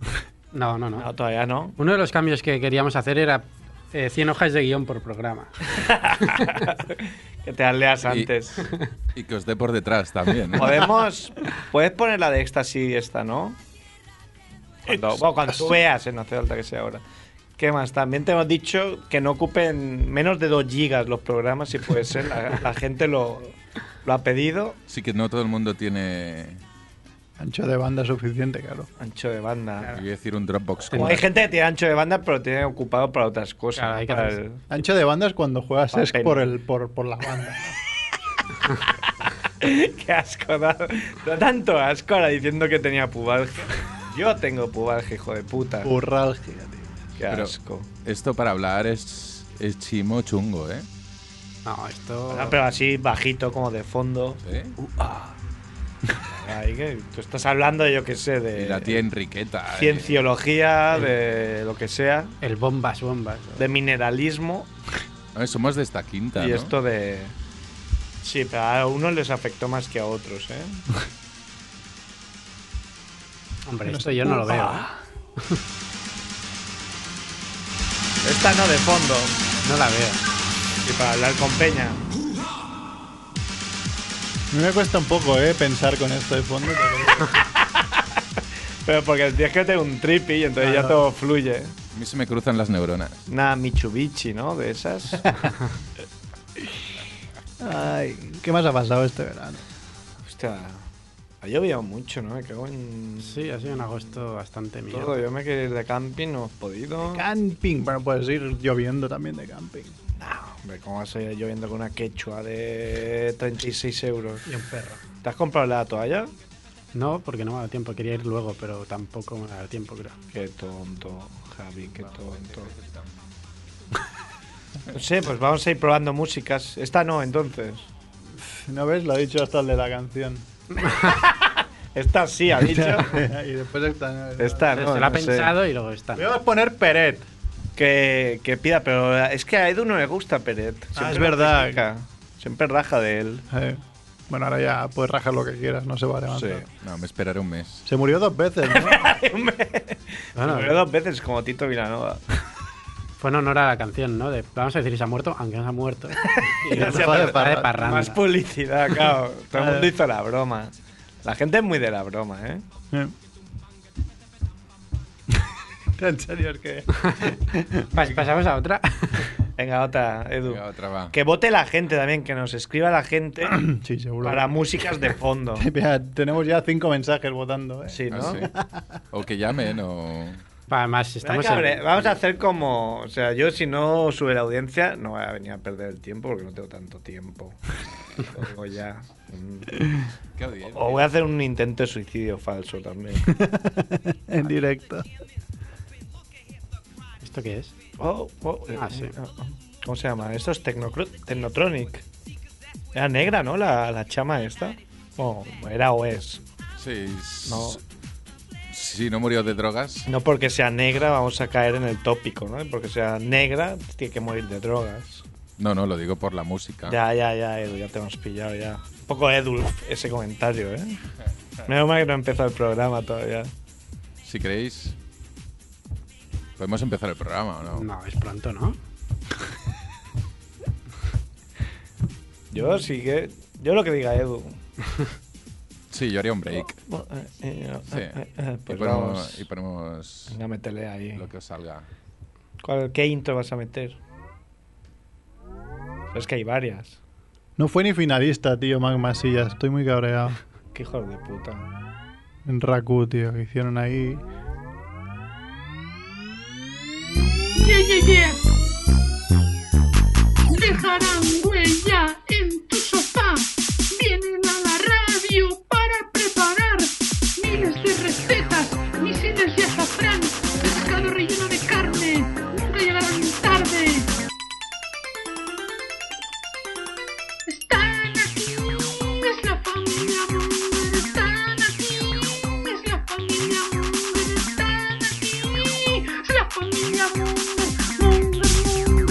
[SPEAKER 3] No, no, no.
[SPEAKER 2] No, todavía no.
[SPEAKER 3] Uno de los cambios que queríamos hacer era eh, 100 hojas de guión por programa.
[SPEAKER 2] que te las leas
[SPEAKER 4] Y-
[SPEAKER 2] antes.
[SPEAKER 4] Y que os dé por detrás también. ¿eh?
[SPEAKER 2] Podemos. Puedes poner la de éxtasis esta, ¿no? Cuando, bueno, cuando tú veas, eh, no hace falta que sea ahora. ¿Qué más? También te hemos dicho que no ocupen menos de 2 gigas los programas, si puede ser. La, la gente lo, lo ha pedido.
[SPEAKER 4] Sí que no todo el mundo tiene...
[SPEAKER 1] Ancho de banda suficiente, claro.
[SPEAKER 2] Ancho de banda.
[SPEAKER 4] Voy a decir un Dropbox.
[SPEAKER 2] Como hay gente que tiene ancho de banda, pero lo tiene ocupado para otras cosas.
[SPEAKER 3] Claro, hay que
[SPEAKER 2] para
[SPEAKER 3] hacer-
[SPEAKER 2] el-
[SPEAKER 1] Ancho de banda es cuando juegas
[SPEAKER 2] Papel.
[SPEAKER 1] ESC por, el, por, por la banda.
[SPEAKER 2] Qué asco, da, da tanto asco ahora diciendo que tenía pubalgia. Yo tengo pubalgia, hijo de puta.
[SPEAKER 1] Burralgia, tío.
[SPEAKER 2] Qué
[SPEAKER 4] Pero-
[SPEAKER 2] asco.
[SPEAKER 4] Esto para hablar es, es chimo chungo, ¿eh?
[SPEAKER 3] No, esto.
[SPEAKER 2] Ah, pero así bajito, como de fondo.
[SPEAKER 4] ¿Sí?
[SPEAKER 2] Ahí que tú estás hablando, yo qué sé,
[SPEAKER 4] Y
[SPEAKER 2] de
[SPEAKER 4] la tía Enriqueta. ¿eh?
[SPEAKER 2] cienciología, de lo que sea,
[SPEAKER 3] El bombas, bombas.
[SPEAKER 2] de mineralismo
[SPEAKER 4] A ver, eh. somos de esta quinta,
[SPEAKER 2] y
[SPEAKER 4] ¿no?
[SPEAKER 2] esto de. Sí, pero a unos les afectó más que a otros, ¿eh?
[SPEAKER 3] Hombre, esto yo no lo veo. ¿eh?
[SPEAKER 2] Esta no de fondo,
[SPEAKER 3] No la veo.
[SPEAKER 2] y para hablar con Peña.
[SPEAKER 1] A mí me cuesta un poco, ¿eh? Pensar con esto de fondo. pero-
[SPEAKER 2] Pero porque tienes que tener un trippy y entonces ya
[SPEAKER 1] Claro.
[SPEAKER 2] todo fluye.
[SPEAKER 4] A mí se me cruzan las neuronas.
[SPEAKER 2] Una Michubichi, ¿no? De esas.
[SPEAKER 1] Ay, ¿qué más ha pasado este verano?
[SPEAKER 2] Hostia, ha llovido mucho, ¿no? Me cago en.
[SPEAKER 3] Sí, ha sido un agosto bastante
[SPEAKER 2] Todo,
[SPEAKER 3] mierda.
[SPEAKER 2] yo me quedé de camping, no he podido.
[SPEAKER 1] Camping. Bueno, puedes ir lloviendo también de camping.
[SPEAKER 2] Hombre, ¿cómo vas a ir lloviendo con una quechua de 36 euros?
[SPEAKER 3] Y un perro.
[SPEAKER 2] ¿Te has comprado la toalla?
[SPEAKER 3] No, porque no me ha dado tiempo. Quería ir luego, pero tampoco me ha dado tiempo, creo.
[SPEAKER 2] Qué tonto, Javi, qué tonto. No sé, pues vamos a ir probando músicas. Esta no, entonces.
[SPEAKER 1] ¿No ves? Lo ha dicho hasta el de la canción.
[SPEAKER 2] Esta sí, ha dicho.
[SPEAKER 1] y después está...
[SPEAKER 2] Esta Ah, no.
[SPEAKER 3] Se lo ha
[SPEAKER 2] no sé.
[SPEAKER 3] pensado y luego está.
[SPEAKER 1] Voy a poner Peret.
[SPEAKER 2] Que, que pida, pero es que a Edu no le gusta Peret. Siempre
[SPEAKER 1] Ah, es
[SPEAKER 2] lo
[SPEAKER 1] verdad.
[SPEAKER 2] critica. Siempre raja de él.
[SPEAKER 1] Eh, bueno, ahora ya puedes rajar lo que quieras, no se va a
[SPEAKER 2] Sí.
[SPEAKER 1] levantar.
[SPEAKER 4] No, me esperaré un mes.
[SPEAKER 1] Se murió dos veces, ¿no?
[SPEAKER 3] Bueno,
[SPEAKER 2] Lo veo dos veces como Tito Vilanova.
[SPEAKER 3] fue en honor a la canción, ¿no? De, vamos a decir, y se ha muerto, aunque no se ha muerto. Y
[SPEAKER 2] Ya
[SPEAKER 3] no
[SPEAKER 2] se ha
[SPEAKER 3] fue de
[SPEAKER 1] parra-
[SPEAKER 3] de parranda.
[SPEAKER 2] Más publicidad, claro. Todo el
[SPEAKER 1] Claro.
[SPEAKER 2] mundo hizo la broma. La gente es muy de la broma, ¿eh?
[SPEAKER 1] Eh. en serio, es que...
[SPEAKER 3] Pas- pasamos a otra.
[SPEAKER 2] Venga, otra, Edu.
[SPEAKER 4] Venga, otra va. Ah,
[SPEAKER 2] Que vote la gente también, que nos escriba la gente
[SPEAKER 1] Sí, seguro.
[SPEAKER 2] para músicas de fondo.
[SPEAKER 1] Mira, tenemos ya cinco mensajes votando, ¿eh?
[SPEAKER 2] Sí,
[SPEAKER 4] Ah,
[SPEAKER 2] ¿no?
[SPEAKER 4] sí. O que llamen o...
[SPEAKER 3] Va, más, estamos
[SPEAKER 2] Venga,
[SPEAKER 3] en-
[SPEAKER 2] abre, Vamos a hacer como. O sea, yo si no sube la audiencia, no voy a venir a perder el tiempo porque no tengo tanto tiempo. Lo digo ya. Mm.
[SPEAKER 4] Qué audiencia.
[SPEAKER 2] O voy a hacer un intento de suicidio falso también.
[SPEAKER 1] En directo.
[SPEAKER 3] ¿Esto qué es?
[SPEAKER 2] Oh, oh, eh,
[SPEAKER 3] Ah, sí.
[SPEAKER 2] oh, oh. ¿Cómo se llama? Esto es Tecnocru- Tecnotronic. Era negra, ¿no? La, la chama esta. Oh, era o es.
[SPEAKER 4] Sí, s-
[SPEAKER 2] No.
[SPEAKER 4] Si no murió de drogas,
[SPEAKER 2] No porque sea negra vamos a caer en el tópico, ¿no? Porque sea negra tiene que morir de drogas.
[SPEAKER 4] no, no, lo digo por la música.
[SPEAKER 2] Ya, ya, ya, Edu, ya te hemos pillado ya. Un poco Edulf ese comentario, ¿eh? Menos mal que no ha empezado el programa todavía.
[SPEAKER 4] Si queréis, podemos empezar el programa o no.
[SPEAKER 3] No, es pronto, ¿no?
[SPEAKER 4] Mm.
[SPEAKER 2] Yo sí que... Yo lo que diga Edu.
[SPEAKER 4] Sí, yo haría un break.
[SPEAKER 2] Eh, eh,
[SPEAKER 4] Sí.
[SPEAKER 2] eh, eh,
[SPEAKER 4] y
[SPEAKER 2] Pues
[SPEAKER 4] ponemos,
[SPEAKER 2] vamos.
[SPEAKER 4] y ponemos
[SPEAKER 2] Venga, métele ahí.
[SPEAKER 4] lo que os salga.
[SPEAKER 2] ¿Cuál- ¿Qué intro vas a meter? Es que hay varias.
[SPEAKER 1] No fue ni finalista, tío, Mac Masilla. Estoy muy cabreado.
[SPEAKER 2] Qué hijos de puta.
[SPEAKER 1] En Raku, tío, que hicieron ahí.
[SPEAKER 7] Yeah, yeah, yeah. Dejarán huella en tu sofá. Vienen a la radio para preparar miles de recetas, misiles de azafrán, pescado relleno de carne. Nunca llegarán tarde. Están aquí, es la familia Munger. Están aquí, es la familia Munger. Están aquí, es la familia Munger. Munger, Munger.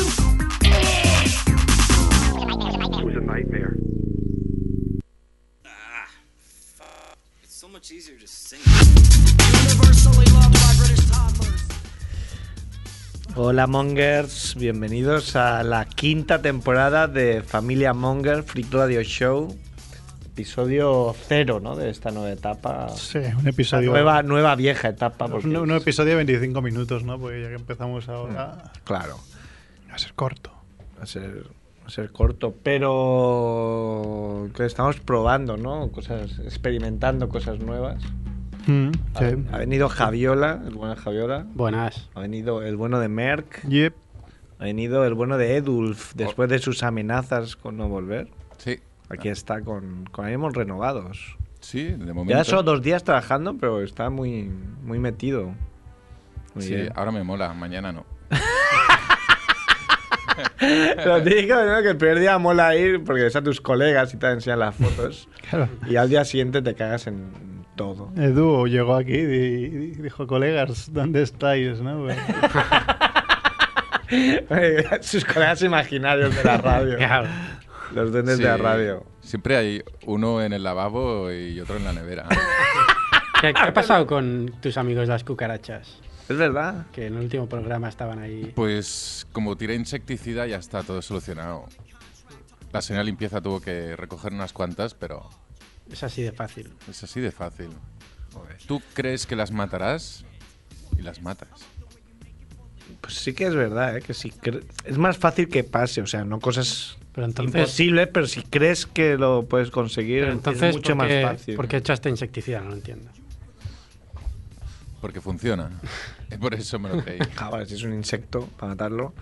[SPEAKER 2] Hola Mongers, bienvenidos a la quinta temporada de Familia Monger Freak Radio Show. Episodio cero, ¿no? De esta nueva etapa.
[SPEAKER 1] Sí, un
[SPEAKER 2] Esta
[SPEAKER 1] episodio.
[SPEAKER 2] nueva, nueva vieja etapa. porque
[SPEAKER 1] un, un
[SPEAKER 2] es-
[SPEAKER 1] episodio de 25 minutos, ¿no? Porque ya que empezamos
[SPEAKER 2] Ah.
[SPEAKER 1] ahora.
[SPEAKER 2] Claro,
[SPEAKER 1] Va a ser corto.
[SPEAKER 2] va a ser, va a ser corto, pero que estamos probando, ¿no? Cosas, experimentando cosas nuevas.
[SPEAKER 1] Mm,
[SPEAKER 2] Ha, ha venido Javiola, el bueno de Javiola.
[SPEAKER 3] Buenas.
[SPEAKER 2] Ha venido el bueno de Merck.
[SPEAKER 1] Yep.
[SPEAKER 2] Ha venido el bueno de Edulf, después de sus amenazas con no volver.
[SPEAKER 4] Sí.
[SPEAKER 2] Aquí está con, con ánimos renovados.
[SPEAKER 4] Sí, de momento.
[SPEAKER 2] Ya solo dos días trabajando, pero está muy, muy metido. Muy
[SPEAKER 4] Sí,
[SPEAKER 2] bien.
[SPEAKER 4] ahora me mola, mañana no.
[SPEAKER 2] Lo típico, ¿no? que el primer día mola ir porque ves a tus colegas y te enseñan las fotos.
[SPEAKER 1] Claro.
[SPEAKER 2] y al día siguiente te cagas en todo.
[SPEAKER 1] Edu llegó aquí y di- dijo, colegas, ¿dónde estáis? ¿no? Pues,
[SPEAKER 2] Sus colegas imaginarios de la radio.
[SPEAKER 3] Claro.
[SPEAKER 2] Los duendes de la
[SPEAKER 4] Sí,
[SPEAKER 2] radio.
[SPEAKER 4] Siempre hay uno en el lavabo y otro en la nevera.
[SPEAKER 3] ¿Qué, qué ha pasado con tus amigos las cucarachas?
[SPEAKER 2] Es verdad.
[SPEAKER 3] Que en el último programa estaban ahí.
[SPEAKER 4] Pues como tiré insecticida ya está todo solucionado. La señora limpieza tuvo que recoger unas cuantas, pero
[SPEAKER 3] Es así de fácil.
[SPEAKER 4] es así de fácil. Tú crees que las matarás y las matas.
[SPEAKER 2] Pues sí que es verdad, ¿eh? que si cre- es más fácil que pase, o sea, no cosas
[SPEAKER 3] Pero entonces.
[SPEAKER 2] imposibles, pero si crees que lo puedes conseguir,
[SPEAKER 3] pero entonces,
[SPEAKER 2] es mucho
[SPEAKER 3] ¿por qué-
[SPEAKER 2] más fácil.
[SPEAKER 3] ¿Por qué echaste insecticida? No lo entiendo.
[SPEAKER 4] Porque funciona. Y Por eso me lo creí.
[SPEAKER 2] Ah, vale, si es un insecto, para matarlo.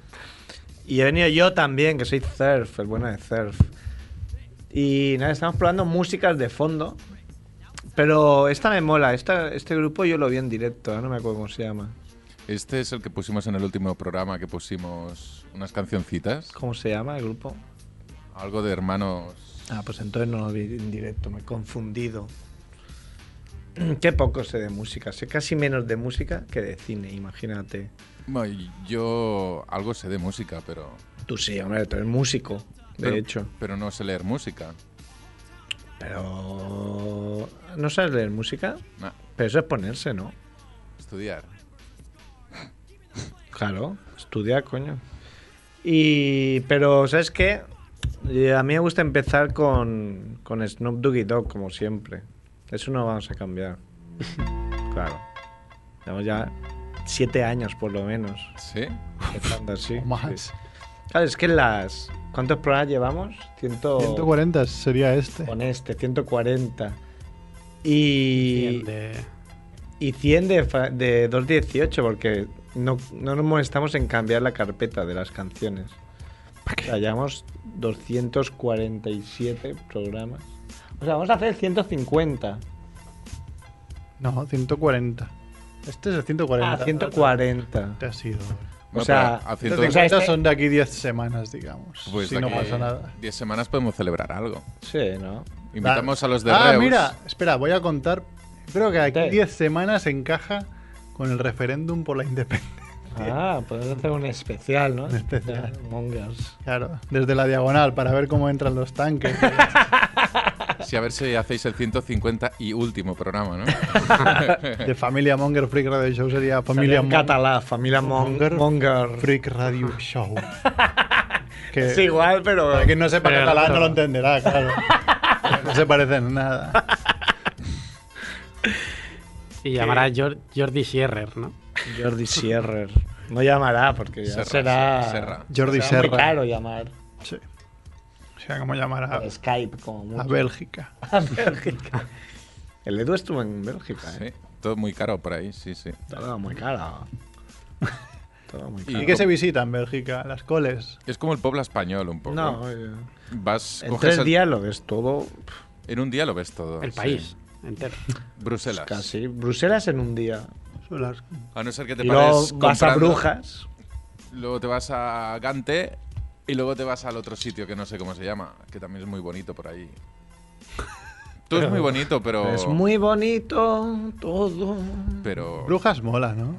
[SPEAKER 2] Y he venido yo también, que soy surf, el bueno de surf. Y nada, estamos probando músicas de fondo. Pero esta me mola, esta, este grupo yo lo vi en directo, ahora no me acuerdo cómo se llama.
[SPEAKER 4] Este es el que pusimos en el último programa, que pusimos unas cancioncitas.
[SPEAKER 2] ¿Cómo se llama el grupo?
[SPEAKER 4] Algo de hermanos
[SPEAKER 2] Ah, pues entonces no lo vi en directo, me he confundido. Qué poco sé de música, sé casi menos de música que de cine, imagínate.
[SPEAKER 4] Bueno, y yo algo sé de música, pero.
[SPEAKER 2] Tú sí, hombre, tú eres músico, de
[SPEAKER 4] pero-
[SPEAKER 2] hecho.
[SPEAKER 4] Pero no sé leer música.
[SPEAKER 2] Pero... ¿No sabes leer música?
[SPEAKER 4] No,
[SPEAKER 2] Pero eso es ponerse, ¿no?
[SPEAKER 4] estudiar.
[SPEAKER 2] Claro, estudiar, coño. Y... Pero, ¿sabes qué? Eh, A mí me gusta empezar con, con Snoop Doggy Dog, como siempre. Eso no vamos a cambiar. claro. Llevamos ya siete años, por lo menos,
[SPEAKER 4] ¿Sí?
[SPEAKER 2] empezando así.
[SPEAKER 1] o más.
[SPEAKER 2] Sí. Claro, es que las... ¿Cuántos programas llevamos? Ciento...
[SPEAKER 1] 140 sería este.
[SPEAKER 2] Con este, 140. Y...
[SPEAKER 3] Bien, de-
[SPEAKER 2] Y 100 de, fa- de 2.18, porque no, no nos molestamos en cambiar la carpeta de las canciones. O sea, llevamos 247 programas. O sea, vamos a hacer 150.
[SPEAKER 1] No, 140. Este es el 140.
[SPEAKER 2] Ah, 140.
[SPEAKER 1] Te ha sido.
[SPEAKER 2] O
[SPEAKER 4] Bueno,
[SPEAKER 2] sea,
[SPEAKER 4] pero haciendo-
[SPEAKER 2] entonces- O sea,
[SPEAKER 1] 140
[SPEAKER 2] este-
[SPEAKER 1] son de aquí 10 semanas, digamos.
[SPEAKER 4] pues
[SPEAKER 1] si
[SPEAKER 4] de
[SPEAKER 1] no
[SPEAKER 4] aquí
[SPEAKER 1] pasa nada.
[SPEAKER 4] 10 semanas podemos celebrar algo.
[SPEAKER 2] Sí, ¿no?
[SPEAKER 4] Invitamos a los de
[SPEAKER 1] Ah,
[SPEAKER 4] Reus.
[SPEAKER 1] mira, espera, voy a contar. Creo que aquí
[SPEAKER 2] Sí.
[SPEAKER 1] 10 semanas encaja con el referéndum por la independencia.
[SPEAKER 2] Ah, podemos hacer un especial, ¿no?
[SPEAKER 1] especial.
[SPEAKER 2] Mongers.
[SPEAKER 1] Claro, desde la diagonal para ver cómo entran los tanques.
[SPEAKER 4] Sí, a ver si hacéis el 150 y último programa, ¿no?
[SPEAKER 1] De Familia Monger Freak Radio Show sería Familia
[SPEAKER 2] Familia
[SPEAKER 1] Monger
[SPEAKER 2] catalá, familia Mon-
[SPEAKER 1] Monger.
[SPEAKER 2] Monger.
[SPEAKER 1] Freak Radio Show. Que,
[SPEAKER 2] Es igual, pero...
[SPEAKER 1] para quien no sepa
[SPEAKER 3] Pero-
[SPEAKER 1] catalán no lo entenderá, claro. No se parecen en nada.
[SPEAKER 3] Y llamará Jor- Jordi Sierrer, ¿no?
[SPEAKER 2] Jordi Sierrer. No llamará, porque ya
[SPEAKER 4] Serra,
[SPEAKER 2] será...
[SPEAKER 4] Serra.
[SPEAKER 1] Jordi
[SPEAKER 2] será muy
[SPEAKER 1] Serra.
[SPEAKER 2] caro llamar.
[SPEAKER 1] Sí. O sea, ¿cómo llamar a,
[SPEAKER 2] Por Skype, como mucho.
[SPEAKER 1] a Bélgica?
[SPEAKER 2] Ah. A Bélgica. El Edu estuvo en Bélgica, ¿eh?
[SPEAKER 4] Sí, todo muy caro por ahí, sí, sí.
[SPEAKER 2] Todo muy caro. Todo muy
[SPEAKER 4] Y-
[SPEAKER 1] ¿Y
[SPEAKER 2] caro.
[SPEAKER 1] qué se visita en Bélgica? Las coles.
[SPEAKER 4] Es como el pueblo español un poco.
[SPEAKER 2] No, oye.
[SPEAKER 4] Vas,
[SPEAKER 2] en
[SPEAKER 4] coges
[SPEAKER 2] tres
[SPEAKER 4] el-
[SPEAKER 2] días lo ves todo pues, pf,
[SPEAKER 4] En un día lo ves todo.
[SPEAKER 3] El
[SPEAKER 4] Pues sí.
[SPEAKER 3] país entero.
[SPEAKER 4] Bruselas.
[SPEAKER 2] casi. Bruselas en un día.
[SPEAKER 1] Son las-
[SPEAKER 4] A no ser que te
[SPEAKER 2] Y luego
[SPEAKER 4] pares
[SPEAKER 2] vas a
[SPEAKER 4] comprando,
[SPEAKER 2] Brujas.
[SPEAKER 4] Luego te vas a Gante y luego te vas al otro sitio que no sé cómo se llama, que también es muy bonito por ahí. Todo es muy bonito, pero.
[SPEAKER 2] Es muy bonito todo.
[SPEAKER 4] Pero.
[SPEAKER 1] Brujas mola, ¿no?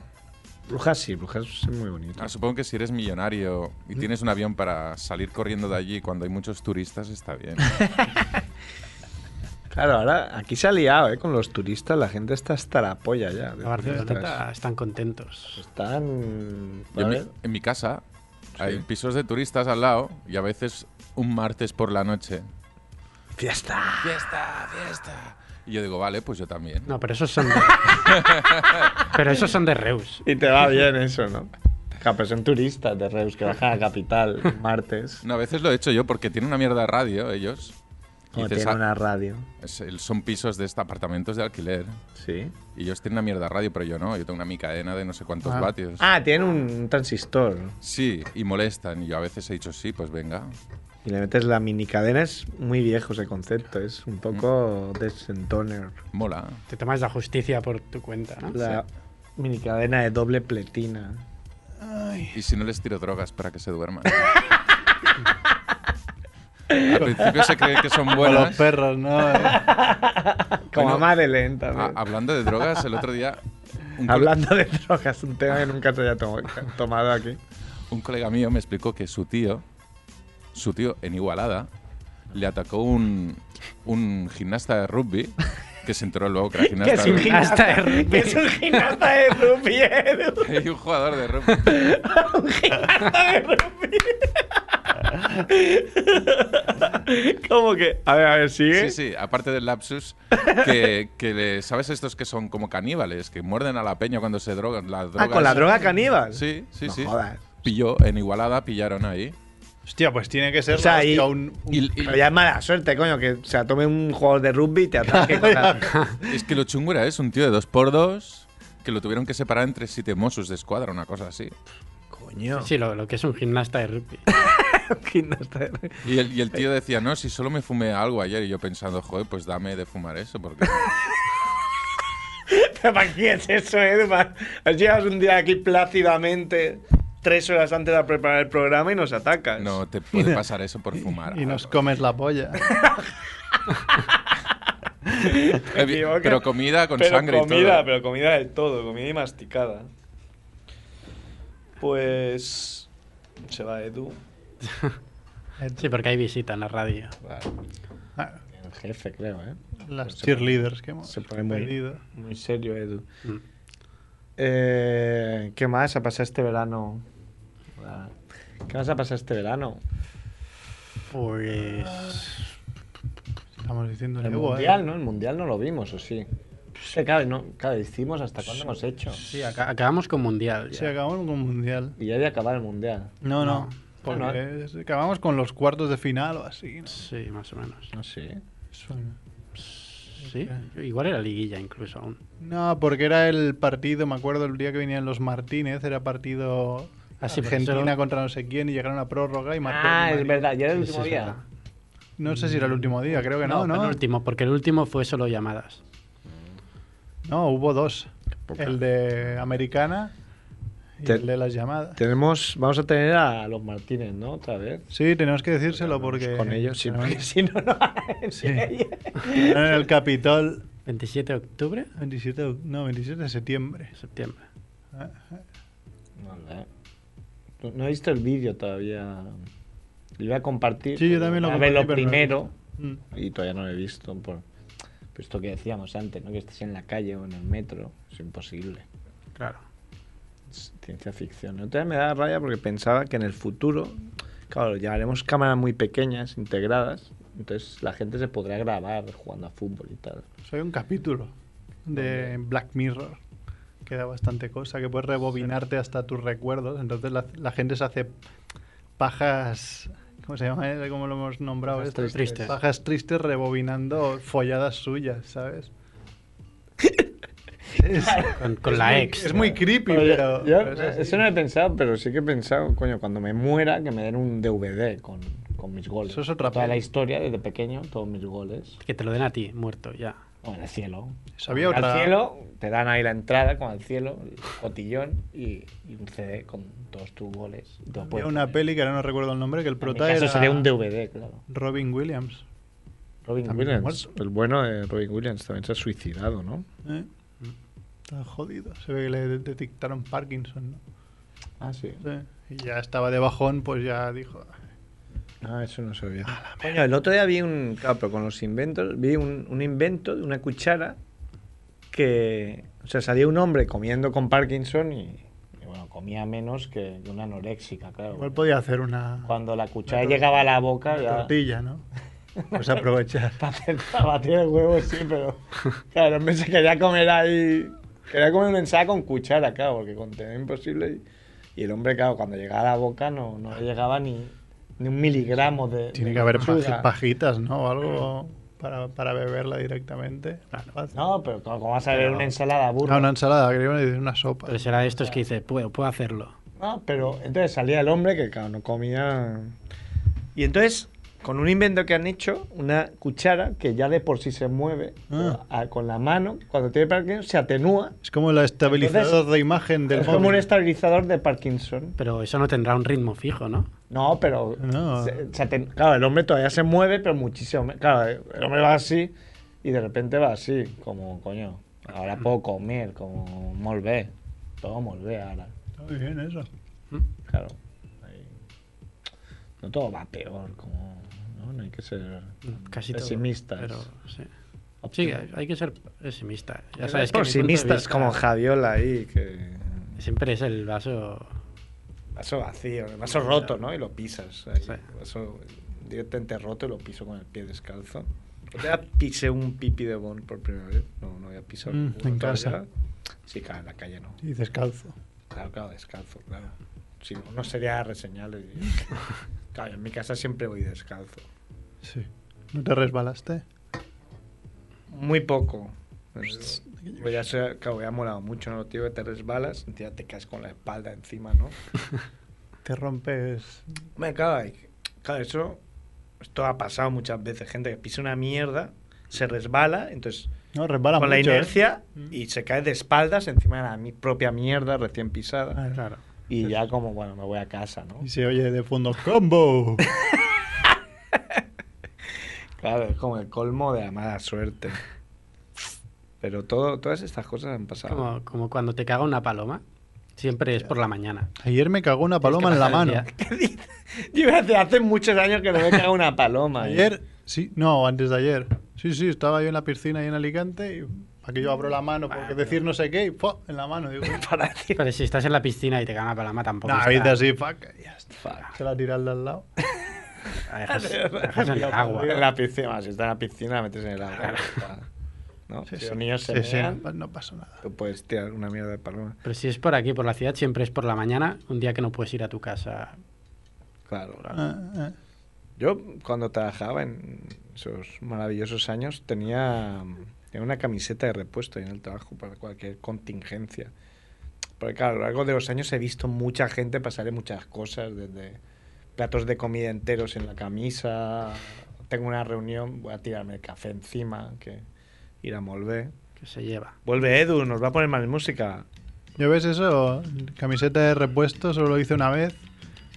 [SPEAKER 2] Brujas sí, Brujas es muy bonito.
[SPEAKER 4] Ah, supongo que si eres millonario
[SPEAKER 2] Mm.
[SPEAKER 4] y tienes un avión para salir corriendo de allí cuando hay muchos turistas, está bien.
[SPEAKER 2] Claro, ahora aquí se ha liado, ¿eh? Con los turistas la gente está hasta la polla ya. de
[SPEAKER 3] A Barcelona
[SPEAKER 2] turistas.
[SPEAKER 3] está- están contentos.
[SPEAKER 2] Están...
[SPEAKER 4] Yo en, mi,
[SPEAKER 2] ¿vale?
[SPEAKER 4] en mi casa hay pisos de turistas al lado y a veces un martes por la noche.
[SPEAKER 2] ¡Fiesta!
[SPEAKER 4] Fiesta, fiesta. Y yo digo, vale, pues yo también.
[SPEAKER 3] No, pero esos son de... pero esos son de Reus.
[SPEAKER 2] Y te va bien eso, ¿no? Ja, pero son turistas de Reus que bajan a Capital un martes.
[SPEAKER 4] No, a veces lo he hecho yo porque tiene una mierda de radio ellos. Y
[SPEAKER 2] Como
[SPEAKER 4] dices,
[SPEAKER 2] tiene
[SPEAKER 4] "Ah,
[SPEAKER 2] una radio.
[SPEAKER 4] es el- son pisos de esta, apartamentos de alquiler.
[SPEAKER 2] Sí.
[SPEAKER 4] Y ellos tienen una mierda de radio, pero yo no. Yo tengo una mi cadena de no sé cuántos vatios.
[SPEAKER 2] Ah, tiene un transistor.
[SPEAKER 4] Sí, y molestan. Y yo a veces he dicho, sí, pues venga.
[SPEAKER 2] Y le metes la mini cadena. Es muy viejo ese concepto. Es un poco desentoner.
[SPEAKER 4] Mola.
[SPEAKER 3] Te tomas la justicia por tu cuenta, ¿no?
[SPEAKER 2] La mini cadena de doble pletina.
[SPEAKER 4] Y si no les tiro drogas para que se duerman. Al principio se cree que son
[SPEAKER 1] Con los
[SPEAKER 4] buenas.
[SPEAKER 1] perros, ¿no?
[SPEAKER 2] Como
[SPEAKER 4] Bueno,
[SPEAKER 2] a Madeleine
[SPEAKER 4] Ah,
[SPEAKER 2] también.
[SPEAKER 4] hablando de drogas, el otro día un, cole-
[SPEAKER 2] Hablando de drogas, un tema que nunca se haya tomo- tomado aquí.
[SPEAKER 4] un colega mío me explicó que su tío, su tío en Igualada, le atacó un, un gimnasta de rugby que se enteró luego que era gimnasta de rugby.
[SPEAKER 3] Hasta de
[SPEAKER 2] que
[SPEAKER 3] rugby.
[SPEAKER 2] es un gimnasta de rugby, Edu.
[SPEAKER 4] Y un jugador de rugby.
[SPEAKER 2] ¿Cómo que? A ver, a ver, sigue.
[SPEAKER 4] Sí, sí, aparte del lapsus, que, que le- ¿sabes estos que son como caníbales? Que muerden a la peña cuando se drogan. La droga
[SPEAKER 2] Ah, con la
[SPEAKER 4] es-
[SPEAKER 2] droga caníbal.
[SPEAKER 4] Sí, sí,
[SPEAKER 2] No
[SPEAKER 4] sí.
[SPEAKER 2] jodas.
[SPEAKER 4] Pilló, en Igualada pillaron ahí.
[SPEAKER 1] Hostia, pues tiene que ser
[SPEAKER 2] O sea,
[SPEAKER 1] la hostia,
[SPEAKER 2] y-
[SPEAKER 1] un- un-
[SPEAKER 4] Y, y-
[SPEAKER 2] Pero ya es mala suerte, coño, que o sea, tome un jugador de rugby y te ataque con la...
[SPEAKER 4] es que lo chungo era eso, un tío de dos por dos que lo tuvieron que separar entre siete mosus de escuadra, una cosa así.
[SPEAKER 2] Coño.
[SPEAKER 3] Sí, lo, lo que es un gimnasta de rugby.
[SPEAKER 2] Gimnasta de rugby.
[SPEAKER 4] Y el, y el tío decía, no, si solo me fumé algo ayer. Y yo pensando, joder, pues dame de fumar eso, porque...
[SPEAKER 2] Pero ¿Para qué es eso, Edu? Pa- Has llegado un día aquí plácidamente, tres horas antes de preparar el programa y nos atacas.
[SPEAKER 4] No te puede pasar eso por fumar.
[SPEAKER 1] y nos
[SPEAKER 4] algo".
[SPEAKER 1] comes la polla.
[SPEAKER 4] Eh, bien,
[SPEAKER 2] equivocas.
[SPEAKER 4] Pero comida con
[SPEAKER 2] pero
[SPEAKER 4] sangre
[SPEAKER 2] comida,
[SPEAKER 4] y todo.
[SPEAKER 2] pero comida del todo, comida y masticada. Pues se va Edu.
[SPEAKER 3] Sí, porque hay visita en la radio.
[SPEAKER 1] Ah,
[SPEAKER 2] El jefe, creo, ¿eh?
[SPEAKER 1] Las cheerleaders que hemos
[SPEAKER 2] se pone muy-
[SPEAKER 1] perdido.
[SPEAKER 2] Muy serio, Edu.
[SPEAKER 3] Mm.
[SPEAKER 2] Eh, ¿Qué más ha pasado este verano? Ah, ¿Qué más ha pasado este verano?
[SPEAKER 3] Pues.
[SPEAKER 1] Estamos eh, diciendo
[SPEAKER 2] El mundial, ¿no? El mundial no lo vimos, ¿o sí? Pues Es que, claro, no, claro, hicimos hasta cuándo hemos hecho.
[SPEAKER 3] Sí, aca- acabamos con Mundial. ya.
[SPEAKER 1] Se acabó con mundial.
[SPEAKER 2] Y ya había acabado el mundial.
[SPEAKER 1] No, no.
[SPEAKER 3] No.
[SPEAKER 1] Porque
[SPEAKER 2] No, no.
[SPEAKER 1] es- acabamos con los cuartos de final o así. ¿no?
[SPEAKER 3] Sí, más o menos.
[SPEAKER 2] No sé.
[SPEAKER 1] Suena.
[SPEAKER 3] Sí, igual era liguilla incluso aún.
[SPEAKER 1] No, porque era el partido, me acuerdo el día que venían los Martínez, era partido
[SPEAKER 3] Ah, sí, porque
[SPEAKER 1] Argentina
[SPEAKER 3] solo-
[SPEAKER 1] contra no sé quién y llegaron a prórroga y marcó
[SPEAKER 2] Ah,
[SPEAKER 1] Di
[SPEAKER 2] es
[SPEAKER 1] María.
[SPEAKER 2] verdad, ya era el
[SPEAKER 3] Sí,
[SPEAKER 2] último
[SPEAKER 3] sí, es
[SPEAKER 2] día.
[SPEAKER 3] verdad.
[SPEAKER 1] No sé si era el último día, creo que no, ¿no?
[SPEAKER 3] el
[SPEAKER 1] No,
[SPEAKER 3] último, porque el último fue solo llamadas.
[SPEAKER 1] hubo dos.
[SPEAKER 2] poca.
[SPEAKER 1] El de Americana y
[SPEAKER 2] Te-
[SPEAKER 1] el de las llamadas.
[SPEAKER 2] Tenemos, vamos a tener a los Martínez, ¿no? Otra vez.
[SPEAKER 1] Sí, tenemos que decírselo porque...
[SPEAKER 2] Con ellos, Eh, sí,
[SPEAKER 1] tenemos-
[SPEAKER 2] porque si no, no.
[SPEAKER 1] Sí. en el Capitol,
[SPEAKER 3] 27 de octubre,
[SPEAKER 1] 27, de- no, 27 de septiembre.
[SPEAKER 3] septiembre.
[SPEAKER 2] No, no. No- no he visto el vídeo todavía. Lo iba a compartir.
[SPEAKER 1] Sí, yo también lo
[SPEAKER 2] A verlo
[SPEAKER 1] compartí, pero
[SPEAKER 2] primero.
[SPEAKER 1] no Mm.
[SPEAKER 2] Y todavía no lo he visto. Por, por esto que decíamos antes, ¿no? Que estés en la calle o en el metro. Es imposible.
[SPEAKER 3] Claro.
[SPEAKER 2] Es ciencia ficción. El otro día me daba raya porque pensaba que en el futuro, claro, llevaremos cámaras muy pequeñas, integradas. Entonces la gente se podrá grabar jugando a fútbol y tal.
[SPEAKER 1] Soy un capítulo de Black Mirror que da bastante cosa, que puedes rebobinarte hasta tus recuerdos. Entonces la, la gente se hace pajas. ¿Cómo se llama? eh? ¿Cómo lo hemos nombrado?
[SPEAKER 3] Pajas
[SPEAKER 1] esto?
[SPEAKER 3] tristes.
[SPEAKER 1] Pajas tristes rebobinando folladas suyas, ¿sabes? Es,
[SPEAKER 3] Con, con la ex.
[SPEAKER 1] es muy creepy,
[SPEAKER 2] Oye,
[SPEAKER 1] pero.
[SPEAKER 2] yo,
[SPEAKER 1] pero es así.
[SPEAKER 2] eso no he pensado, pero sí que he pensado, coño, cuando me muera, que me den un DVD con, con mis goles.
[SPEAKER 1] Eso es otra
[SPEAKER 2] Toda la
[SPEAKER 1] peli.
[SPEAKER 2] historia, desde pequeño, todos mis goles.
[SPEAKER 3] Que te lo den a ti, muerto, ya.
[SPEAKER 2] O en el cielo.
[SPEAKER 1] Eso había
[SPEAKER 2] Al
[SPEAKER 1] otra-
[SPEAKER 2] cielo, te dan ahí la entrada con el cielo, el cotillón y, y un CD con todos tus goles. Te lo
[SPEAKER 1] Había
[SPEAKER 2] puedes
[SPEAKER 1] una
[SPEAKER 2] poner.
[SPEAKER 1] peli que ahora no recuerdo el nombre, que el
[SPEAKER 2] En mi
[SPEAKER 1] prota
[SPEAKER 2] caso
[SPEAKER 1] era
[SPEAKER 2] sería un DVD, claro.
[SPEAKER 1] Robin Williams.
[SPEAKER 2] Robin
[SPEAKER 1] También
[SPEAKER 2] Williams,
[SPEAKER 1] muerto.
[SPEAKER 2] el bueno de Robin Williams, también se ha suicidado, ¿no?
[SPEAKER 1] ¿eh? Está jodido. Se ve que le detectaron Parkinson, ¿no?
[SPEAKER 2] Ah, sí.
[SPEAKER 1] Sí, Y ya estaba de bajón, pues ya dijo.
[SPEAKER 2] Ah, eso no sabía. Coño, el otro día vi un. Claro, pero con los inventos. Vi un, un invento de una cuchara que. O sea, salía un hombre comiendo con Parkinson y. y bueno, comía menos que una anoréxica, claro.
[SPEAKER 1] Igual podía hacer una
[SPEAKER 2] Cuando la cuchara llegaba a la boca, ya.
[SPEAKER 1] tortilla, ¿no? Pues aprovechar.
[SPEAKER 2] Para hacer- para batir el huevo, sí, pero. Claro, me se quería comer ahí. Quería comer una ensalada con cuchara, claro, porque con tenedor imposible. Y, y el hombre, claro, cuando llegaba a la boca no, no le llegaba ni, ni un miligramo de.
[SPEAKER 1] Tiene
[SPEAKER 2] de
[SPEAKER 1] que haber
[SPEAKER 2] lechuga.
[SPEAKER 1] paji- pajitas, ¿no? O algo para, para beberla directamente. Claro, fácil.
[SPEAKER 2] No, pero ¿cómo cómo vas a ver una ensalada burra?
[SPEAKER 1] Ah, una ensalada, creo, y una sopa.
[SPEAKER 3] Pero será de estos que dice, puedo, puedo hacerlo.
[SPEAKER 2] No, pero entonces salía el hombre que, claro, no comía. Y entonces, con un invento que han hecho, una cuchara que ya de por sí se mueve
[SPEAKER 1] Ah.
[SPEAKER 2] a- con la mano, cuando tiene Parkinson se atenúa.
[SPEAKER 1] Es como el estabilizador
[SPEAKER 2] Entonces,
[SPEAKER 1] de imagen del
[SPEAKER 2] es como un
[SPEAKER 1] móvil.
[SPEAKER 2] estabilizador de Parkinson.
[SPEAKER 3] Pero eso no tendrá un ritmo fijo, ¿no?
[SPEAKER 2] No, pero.
[SPEAKER 1] No.
[SPEAKER 2] se- se aten- claro, el hombre todavía se mueve, pero muchísimo. me- Claro, el hombre va así y de repente va así, como, coño, ahora puedo comer, como, molt bé, Todo molt bé ahora.
[SPEAKER 1] Muy bien, eso.
[SPEAKER 2] Claro. ahí. No todo va peor, como. No, no hay que ser.
[SPEAKER 3] Casi todo,
[SPEAKER 2] Pesimistas.
[SPEAKER 3] Pero, sí. Sí, hay que ser pesimista. Ya sabes que mi punto de
[SPEAKER 2] pesimistas
[SPEAKER 3] vista
[SPEAKER 2] como Javiola ahí, que.
[SPEAKER 3] Siempre es el vaso.
[SPEAKER 2] Vaso vacío, el vaso roto, ¿no? Y lo pisas. ahí,
[SPEAKER 3] Sí.
[SPEAKER 2] Vaso directamente roto y lo piso con el pie descalzo. Yo ya pisé un pipi de Bon por primera vez. No, no había pisado.
[SPEAKER 1] Mm,
[SPEAKER 2] uno
[SPEAKER 1] en casa.
[SPEAKER 2] todavía. Sí, claro, en la calle no.
[SPEAKER 1] Y descalzo.
[SPEAKER 2] Claro, claro, descalzo, claro. Si no, no sería reseñable. Claro, yo en mi casa siempre voy descalzo.
[SPEAKER 1] Sí. ¿No te resbalaste?
[SPEAKER 2] Muy poco. Pues, pues ya se claro, ya ha molado mucho, ¿no? Tío, que te resbalas, ya te caes con la espalda encima, ¿no?
[SPEAKER 1] Te rompes.
[SPEAKER 2] Me claro, y- claro, eso. Esto ha pasado muchas veces. Gente que pisa una mierda, se resbala, entonces
[SPEAKER 1] No, resbala
[SPEAKER 2] con
[SPEAKER 1] mucho.
[SPEAKER 2] la
[SPEAKER 1] ¿eh?
[SPEAKER 2] inercia
[SPEAKER 1] Mm.
[SPEAKER 2] y se cae de espaldas encima de la mi propia mierda recién pisada.
[SPEAKER 1] Ah,
[SPEAKER 3] Claro.
[SPEAKER 2] Y ya, como bueno, me voy a casa, ¿no?
[SPEAKER 1] Y se oye de fondo combo.
[SPEAKER 2] Claro, es como el colmo de la mala suerte. Pero todo, todas estas cosas han pasado.
[SPEAKER 3] Como, como cuando te caga una paloma. Siempre es por la mañana.
[SPEAKER 1] Ayer me cagó una paloma en la
[SPEAKER 3] pasar
[SPEAKER 1] mano.
[SPEAKER 3] el
[SPEAKER 2] Yo hace, hace muchos años que no me cago una paloma. ¿eh?
[SPEAKER 1] Ayer, sí, no, antes de ayer. Sí, sí, estaba yo en la piscina ahí en Alicante y aquí yo abro la mano porque decir no sé qué y ¡pua! en la mano. Digo,
[SPEAKER 2] Para decir.
[SPEAKER 3] Pero si estás en la piscina y te caga una paloma, tampoco.
[SPEAKER 1] no,
[SPEAKER 3] está-
[SPEAKER 1] dice así, fuck, y ya está. Se la tira al de al lado.
[SPEAKER 3] la dejas- la dejas en el agua.
[SPEAKER 2] En la piscina, si está en la piscina, la metes en el agua. ¿No? si los niños se
[SPEAKER 1] Sí, sí,
[SPEAKER 2] mean,
[SPEAKER 1] no, no pasa nada.
[SPEAKER 2] tú puedes tirar una mierda de paloma.
[SPEAKER 3] Pero si es por aquí, por la ciudad, siempre es por la mañana, un día que no puedes ir a tu casa.
[SPEAKER 2] Claro, claro.
[SPEAKER 1] Ah, ah.
[SPEAKER 2] Yo, cuando trabajaba en esos maravillosos años, tenía, tenía una camiseta de repuesto ahí en el trabajo para cualquier contingencia. Porque, claro, a lo largo de los años he visto mucha gente pasar de muchas cosas, desde platos de comida enteros en la camisa, tengo una reunión, voy a tirarme el café encima, que ir a molver.
[SPEAKER 3] Que se lleva.
[SPEAKER 2] Vuelve Edu, nos va a poner más música.
[SPEAKER 1] ¿Ya ves eso? Camiseta de repuesto, solo lo hice una vez.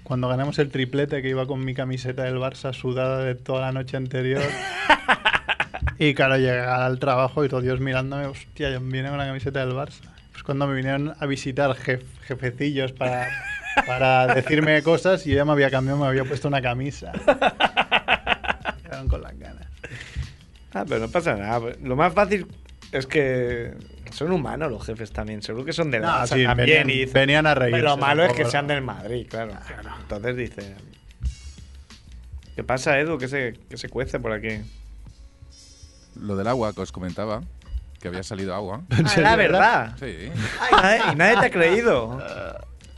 [SPEAKER 1] Cuando ganamos el triplete que iba con mi camiseta del Barça sudada de toda la noche anterior. y claro, llegaba al trabajo y todos ellos mirándome, hostia, yo viene con la camiseta del Barça. Pues cuando me vinieron a visitar jef- jefecillos para, para decirme cosas, yo ya me había cambiado, me había puesto una camisa. Quedaron con las ganas.
[SPEAKER 2] Ah, pero no pasa nada. Lo más fácil es que son humanos los jefes también. Seguro que son de la
[SPEAKER 1] No,
[SPEAKER 2] masa
[SPEAKER 1] sí,
[SPEAKER 2] también.
[SPEAKER 1] venían-
[SPEAKER 2] y dicen-
[SPEAKER 1] venían a
[SPEAKER 2] Pero
[SPEAKER 1] reírse.
[SPEAKER 2] lo malo es
[SPEAKER 1] tampoco
[SPEAKER 2] que
[SPEAKER 1] lo-
[SPEAKER 2] sean del Madrid, claro. Entonces dice. ¿Qué pasa, Edu? ¿Qué se, qué se cuece por aquí?
[SPEAKER 4] Lo del agua que os comentaba, que había salido agua.
[SPEAKER 2] Ah, la verdad.
[SPEAKER 4] Sí.
[SPEAKER 2] Ay, nadie, y nadie te ha creído.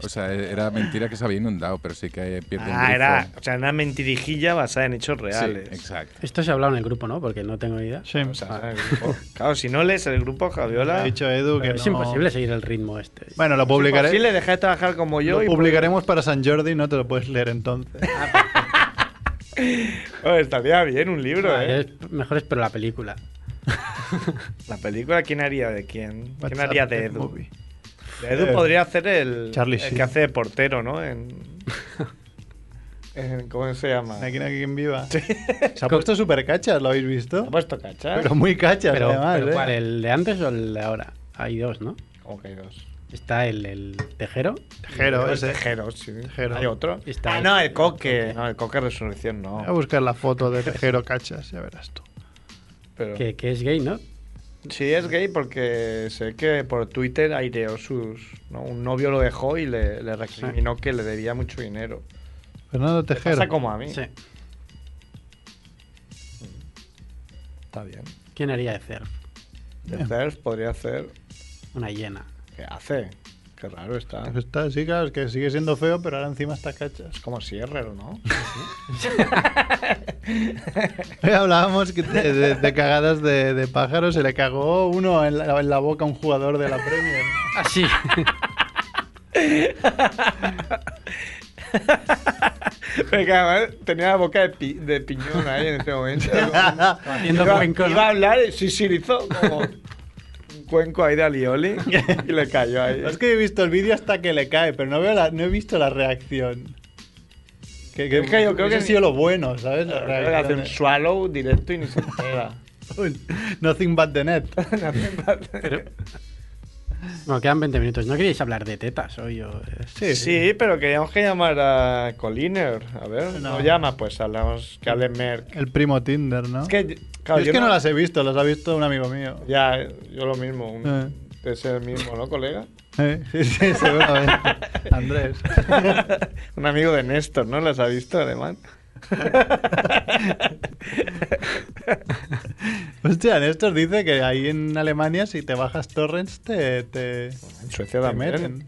[SPEAKER 4] O sea, e- era mentira que se había inundado, pero sí que pierde un
[SPEAKER 2] Ah,
[SPEAKER 4] grifo.
[SPEAKER 2] era, o sea, una mentirijilla basada en hechos reales.
[SPEAKER 4] Sí, exacto.
[SPEAKER 3] Esto se ha hablado en el grupo, ¿no? Porque no tengo idea.
[SPEAKER 1] Sí.
[SPEAKER 2] O sea, el grupo- claro, si no lees el grupo, Javiola.
[SPEAKER 1] Ha dicho Edu que
[SPEAKER 3] es
[SPEAKER 1] no-
[SPEAKER 3] imposible seguir el ritmo este.
[SPEAKER 1] Bueno, lo publicaré.
[SPEAKER 2] Si le dejáis de trabajar como yo.
[SPEAKER 1] Lo
[SPEAKER 2] y-
[SPEAKER 1] publicaremos para San Jordi, no te lo puedes leer entonces.
[SPEAKER 2] Oh, estaría bien un libro,
[SPEAKER 3] Ah,
[SPEAKER 2] ¿eh?
[SPEAKER 3] es- mejor es pero la película.
[SPEAKER 2] La película, ¿quién haría de quién? ¿Quién
[SPEAKER 1] WhatsApp
[SPEAKER 2] haría de
[SPEAKER 1] Dead
[SPEAKER 2] Edu?
[SPEAKER 1] Movie. Eh,
[SPEAKER 2] De Edu podría hacer el,
[SPEAKER 1] Charlie
[SPEAKER 2] el
[SPEAKER 1] Sheen.
[SPEAKER 2] que hace de portero, ¿no? En, en- ¿Cómo se llama?
[SPEAKER 1] Aquí no hay quien viva. Se ha puesto súper cachas, ¿lo habéis
[SPEAKER 2] ¿Te
[SPEAKER 1] visto?
[SPEAKER 2] ha puesto cachas?
[SPEAKER 1] Pero muy cachas,
[SPEAKER 3] Pero,
[SPEAKER 1] además.
[SPEAKER 3] pero
[SPEAKER 1] ¿eh?
[SPEAKER 3] ¿cuál? ¿El de antes o el de ahora? Hay dos, ¿no?
[SPEAKER 2] ¿Cómo que hay dos?
[SPEAKER 3] Está el, el tejero.
[SPEAKER 1] Tejero,
[SPEAKER 2] El
[SPEAKER 1] ese.
[SPEAKER 2] Tejero, sí.
[SPEAKER 1] Tejero.
[SPEAKER 2] Hay otro.
[SPEAKER 3] Está
[SPEAKER 2] ah,
[SPEAKER 3] el-
[SPEAKER 2] no, el coque. No, el coque resurrección
[SPEAKER 1] Voy a
[SPEAKER 2] no.
[SPEAKER 1] buscar la foto de Tejero Cachas, ya verás tú.
[SPEAKER 2] Pero...
[SPEAKER 3] Que, que es gay, ¿no?
[SPEAKER 2] Sí, es gay porque sé que por Twitter aireó sus. ¿no? Un novio lo dejó y le, le recriminó que le debía mucho dinero.
[SPEAKER 1] Fernando
[SPEAKER 2] Te
[SPEAKER 1] Tejero.
[SPEAKER 2] pasa como a mí.
[SPEAKER 3] Sí.
[SPEAKER 2] Está bien.
[SPEAKER 3] ¿Quién haría de surf?
[SPEAKER 2] De surf podría hacer.
[SPEAKER 3] Una hiena.
[SPEAKER 2] ¿Qué hace? Qué raro está.
[SPEAKER 1] Está, sí, claro, es que sigue siendo feo, pero ahora encima está cachas.
[SPEAKER 2] Es como Sierrer, ¿no?
[SPEAKER 1] Eh, Hablábamos que de, de- de cagadas de, de pájaros, se le cagó uno en la, en la boca a un jugador de la Premier.
[SPEAKER 3] Así.
[SPEAKER 2] Porque además tenía la boca de, pi- de piñón ahí en ese momento.
[SPEAKER 3] Haciendo
[SPEAKER 2] iba,
[SPEAKER 3] cuenco, ¿no?
[SPEAKER 2] iba a hablar y sí, sí, le hizo como un cuenco ahí de alioli y le cayó ahí.
[SPEAKER 1] Es que he visto el vídeo hasta que le cae, pero no, veo la- no he visto la reacción. Que, que,
[SPEAKER 2] Es que yo creo
[SPEAKER 1] hubiese
[SPEAKER 2] que-
[SPEAKER 1] sido lo bueno, ¿sabes? La
[SPEAKER 2] Le hace un
[SPEAKER 1] reacción.
[SPEAKER 2] swallow directo y ni se entera.
[SPEAKER 1] Nothing but the net.
[SPEAKER 3] Pero... Bueno, quedan 20 minutos. ¿No queríais hablar de tetas hoy? O...
[SPEAKER 2] Sí, pero queríamos que llamara a Colliner. A ver, no,
[SPEAKER 1] No.
[SPEAKER 2] llama, pues hablamos que hable Merck.
[SPEAKER 1] El primo Tinder, ¿no?
[SPEAKER 2] Es
[SPEAKER 1] Yo
[SPEAKER 2] que, claro,
[SPEAKER 1] es
[SPEAKER 2] yo
[SPEAKER 1] que no... las he visto, las ha visto un amigo mío.
[SPEAKER 2] Ya, yo lo mismo. un-
[SPEAKER 1] Eh.
[SPEAKER 2] Es el mismo, ¿no, colega?
[SPEAKER 1] Eh, Sí, sí, seguramente. Andrés.
[SPEAKER 2] Un amigo de Néstor, ¿no? ¿Las ha visto, además?
[SPEAKER 1] Hostia, Néstor dice que ahí en Alemania si te bajas torrents te, te,
[SPEAKER 2] En Suecia
[SPEAKER 1] te
[SPEAKER 2] también.
[SPEAKER 1] meten.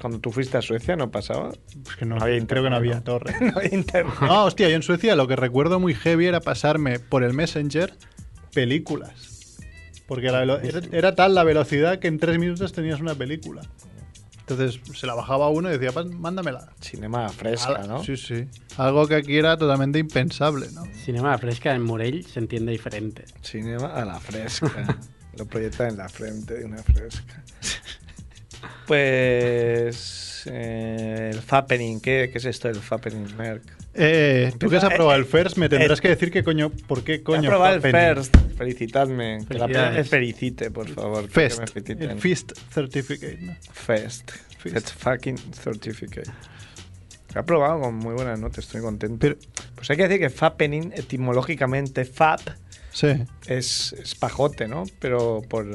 [SPEAKER 2] Cuando tú fuiste a Suecia, ¿no pasaba?
[SPEAKER 1] Pues que no,
[SPEAKER 2] No había
[SPEAKER 1] creo que no había
[SPEAKER 2] internet, ¿no?
[SPEAKER 1] torre.
[SPEAKER 2] No había internet.
[SPEAKER 1] No, Ah, hostia, yo en Suecia lo que recuerdo muy heavy era pasarme por el Messenger películas. Porque la velo- era, era tal la velocidad que en tres minutos tenías una película. Entonces se la bajaba uno y decía, "Pas- mándamela.
[SPEAKER 2] Cinema fresca,
[SPEAKER 1] Ala,
[SPEAKER 2] ¿no?
[SPEAKER 1] Sí, sí. Algo que aquí era totalmente impensable, ¿no?
[SPEAKER 3] Cinema fresca en Morell se entiende diferente.
[SPEAKER 2] Cinema a la fresca. Lo proyecta en la frente de una fresca. Pues. eh, el Fappening, ¿qué, ¿qué es esto del Fappening Merck?
[SPEAKER 1] Eh, tú que has
[SPEAKER 2] Empieza-
[SPEAKER 1] aprobado el first, me tendrás
[SPEAKER 2] eh,
[SPEAKER 1] que decir que coño, ¿por qué
[SPEAKER 2] He
[SPEAKER 1] coño?
[SPEAKER 2] probado el
[SPEAKER 1] Happening?
[SPEAKER 2] First. Felicitadme. Que la
[SPEAKER 3] Felicidades.
[SPEAKER 2] pe- felicite, por favor. que me
[SPEAKER 1] Fest.
[SPEAKER 2] feliciten.
[SPEAKER 1] El Fist Certificate, ¿no?
[SPEAKER 2] Fest.
[SPEAKER 1] Fest.
[SPEAKER 2] Fest fucking certificate. Lo he probado con muy buenas notas, estoy contento.
[SPEAKER 1] Pero-
[SPEAKER 2] pues hay que decir que Fappening, etimológicamente, Fap
[SPEAKER 1] Sí,
[SPEAKER 2] es, es pajote, ¿no? Pero por.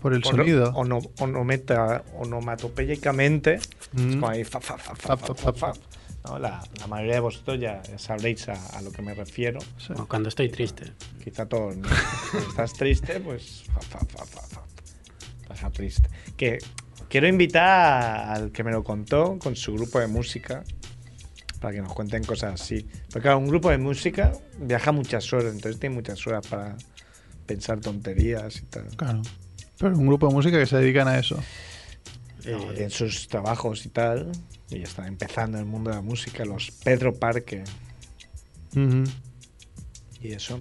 [SPEAKER 1] por el
[SPEAKER 2] por
[SPEAKER 1] sonido.
[SPEAKER 2] ono- onometa- onomatopéyicamente.
[SPEAKER 1] Mm.
[SPEAKER 2] Es como ahí, fa, fa, fa, fa,
[SPEAKER 1] Fap, fap,
[SPEAKER 2] fa, fa,
[SPEAKER 1] fap,
[SPEAKER 2] fa.
[SPEAKER 1] fap.
[SPEAKER 2] ¿No? La, la mayoría de vosotros ya, ya sabréis a- a lo que me refiero.
[SPEAKER 1] Sí.
[SPEAKER 3] O cuando estoy triste.
[SPEAKER 2] Quizá todos. ¿no? Cuando estás triste, pues. Fa, fa, fa, fa, fa. Pasa triste. Que quiero invitar al que me lo contó con su grupo de música para que nos cuenten cosas así. Porque claro, un grupo de música viaja muchas horas, entonces tiene muchas horas para pensar tonterías y tal.
[SPEAKER 1] Claro. Pero un grupo de música que se dedican a eso.
[SPEAKER 2] No,
[SPEAKER 3] Eh,
[SPEAKER 2] tienen sus trabajos y tal. Y están empezando en el mundo de la música, los Pedro Parque.
[SPEAKER 1] Ujú.
[SPEAKER 2] y eso.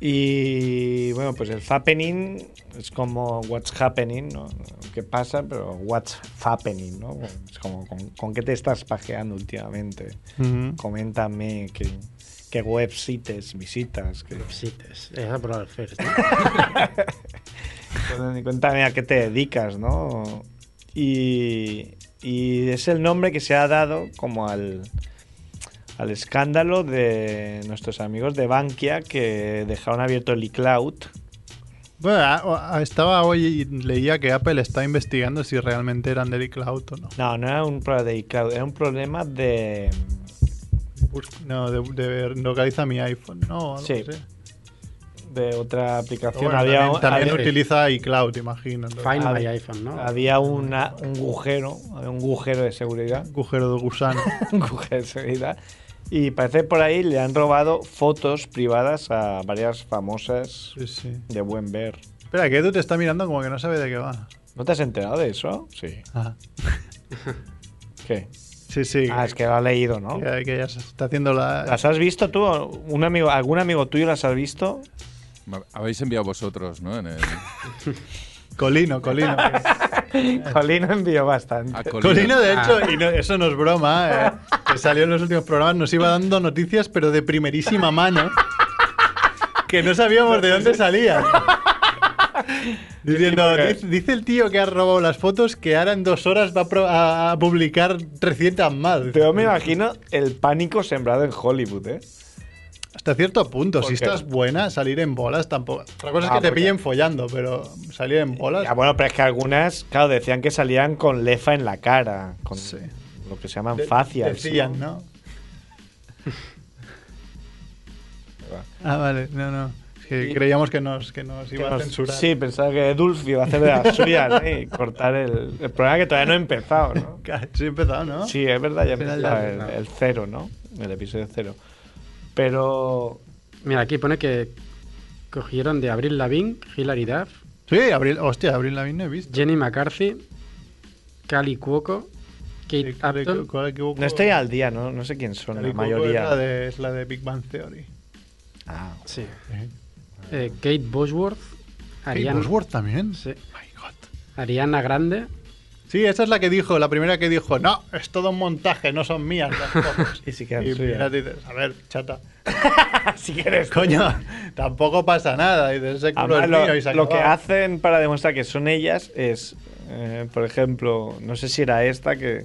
[SPEAKER 2] Y bueno, pues el happening es como what's happening, ¿no? ¿Qué pasa? Pero what's happening, ¿no? Es como con, con qué te estás pajeando últimamente.
[SPEAKER 1] Ujú.
[SPEAKER 2] Coméntame qué, qué websites visitas. pues, qué-
[SPEAKER 3] Psites. Eh, Has aprobado el first, ¿no?
[SPEAKER 2] Cuéntame a qué te dedicas, ¿no? Y, y es el nombre que se ha dado como al, al escándalo de nuestros amigos de Bankia que dejaron abierto el iCloud.
[SPEAKER 1] Bueno, a- a- estaba hoy y leía que Apple está investigando si realmente eran del iCloud o no.
[SPEAKER 2] No, no era un problema de iCloud, era un problema de.
[SPEAKER 1] Bus- No, de, de ver- localiza mi iPhone, ¿no? O algo
[SPEAKER 2] Sí.
[SPEAKER 1] así.
[SPEAKER 2] de otra
[SPEAKER 1] Pero
[SPEAKER 2] aplicación.
[SPEAKER 1] bueno,
[SPEAKER 2] había
[SPEAKER 1] también, también
[SPEAKER 2] había-
[SPEAKER 1] utiliza iCloud, imagino. entonces.
[SPEAKER 3] Find
[SPEAKER 2] Ah,
[SPEAKER 3] my iPhone, ¿no?
[SPEAKER 2] había una- un agujero, había un agujero de seguridad.
[SPEAKER 1] Agujero de gusano.
[SPEAKER 2] un agujero de seguridad. Y parece por ahí le han robado fotos privadas a varias famosas
[SPEAKER 1] Sí, sí.
[SPEAKER 2] de buen ver.
[SPEAKER 1] Espera, que Edu te está mirando como que no sabe de qué va.
[SPEAKER 2] ¿No te has enterado de eso? Sí.
[SPEAKER 1] Ah,
[SPEAKER 2] ¿Qué?
[SPEAKER 1] Sí, sí.
[SPEAKER 2] Ah, es que lo ha leído, ¿no?
[SPEAKER 1] que, que ya se está haciendo la...
[SPEAKER 2] ¿Las has visto tú? ¿Un amigo, ¿Algún amigo tuyo las has visto?
[SPEAKER 4] Me Habéis enviado vosotros, ¿no? En el-
[SPEAKER 1] Colino, Colino.
[SPEAKER 2] Colino envió bastante.
[SPEAKER 4] a Colino.
[SPEAKER 1] Colino, de
[SPEAKER 2] Ah.
[SPEAKER 1] hecho, y no- eso no es broma, eh, que salió en los últimos programas, nos iba dando noticias, pero de primerísima mano, que no sabíamos de dónde salía. Diciendo,
[SPEAKER 2] Sí, porque-
[SPEAKER 1] dice, dice el tío que ha robado las fotos que ahora en dos horas va a pro- a, a publicar 300 más.
[SPEAKER 2] Pero me imagino el pánico sembrado en Hollywood, ¿eh?
[SPEAKER 1] Hasta cierto punto, si
[SPEAKER 2] ¿Por qué?
[SPEAKER 1] estás buena, salir en bolas tampoco. Otra cosa
[SPEAKER 2] Ah,
[SPEAKER 1] es que te
[SPEAKER 2] porque-
[SPEAKER 1] pillen follando, pero salir en bolas.
[SPEAKER 2] Ya, Ah, bueno, pero es que algunas, claro, decían que salían con lefa en la cara, con
[SPEAKER 1] Sí.
[SPEAKER 2] lo que se llaman
[SPEAKER 1] de-
[SPEAKER 2] facias.
[SPEAKER 1] Decían, ¿no? ah, vale, no, no. Es que creíamos que nos, que nos
[SPEAKER 2] Que
[SPEAKER 1] iba a
[SPEAKER 2] nos-
[SPEAKER 1] censurar.
[SPEAKER 2] sí, pensaba que Dulce iba a hacer de las suyas ¿eh? y cortar el, el problema es que todavía no he empezado, ¿no?
[SPEAKER 1] Sí, he empezado, ¿no?
[SPEAKER 2] Sí, es verdad, ya he
[SPEAKER 1] Final
[SPEAKER 2] empezado
[SPEAKER 1] ya,
[SPEAKER 2] el,
[SPEAKER 1] no.
[SPEAKER 2] el cero, ¿no? El episodio cero. Pero
[SPEAKER 3] Mira, aquí pone que cogieron de Abril Lavigne, Hilary Duff,
[SPEAKER 1] Sí, Abril, hostia, Abril Lavigne no he visto.
[SPEAKER 3] Jenny McCarthy, Cali Cuoco, Kate
[SPEAKER 1] Sí,
[SPEAKER 3] Upton,
[SPEAKER 1] ¿cuál equivoco?
[SPEAKER 2] no estoy al día, ¿no? No sé quién son
[SPEAKER 1] El
[SPEAKER 2] la
[SPEAKER 1] equivoco
[SPEAKER 2] mayoría.
[SPEAKER 1] Es la, de, es la de Big Bang Theory.
[SPEAKER 2] Ah,
[SPEAKER 3] sí. Eh, Kate Bosworth,
[SPEAKER 1] Ariana.
[SPEAKER 3] Ariana,
[SPEAKER 1] también?
[SPEAKER 3] sí,
[SPEAKER 1] My God.
[SPEAKER 3] Ariana Grande,
[SPEAKER 1] Sí, esa es la que dijo, la primera que dijo, no, es todo un montaje, no son mías las fotos.
[SPEAKER 2] Y sí que eran
[SPEAKER 1] y
[SPEAKER 2] suyas.
[SPEAKER 1] miras
[SPEAKER 2] Ah,
[SPEAKER 1] y dices, a ver, chata,
[SPEAKER 2] si quieres.
[SPEAKER 1] coño, tampoco pasa nada. Y dices, ese culo
[SPEAKER 2] Además,
[SPEAKER 1] es
[SPEAKER 2] lo,
[SPEAKER 1] mío y se
[SPEAKER 2] lo que
[SPEAKER 1] acabó.
[SPEAKER 2] hacen para demostrar que son ellas es, eh, por ejemplo, no sé si era esta que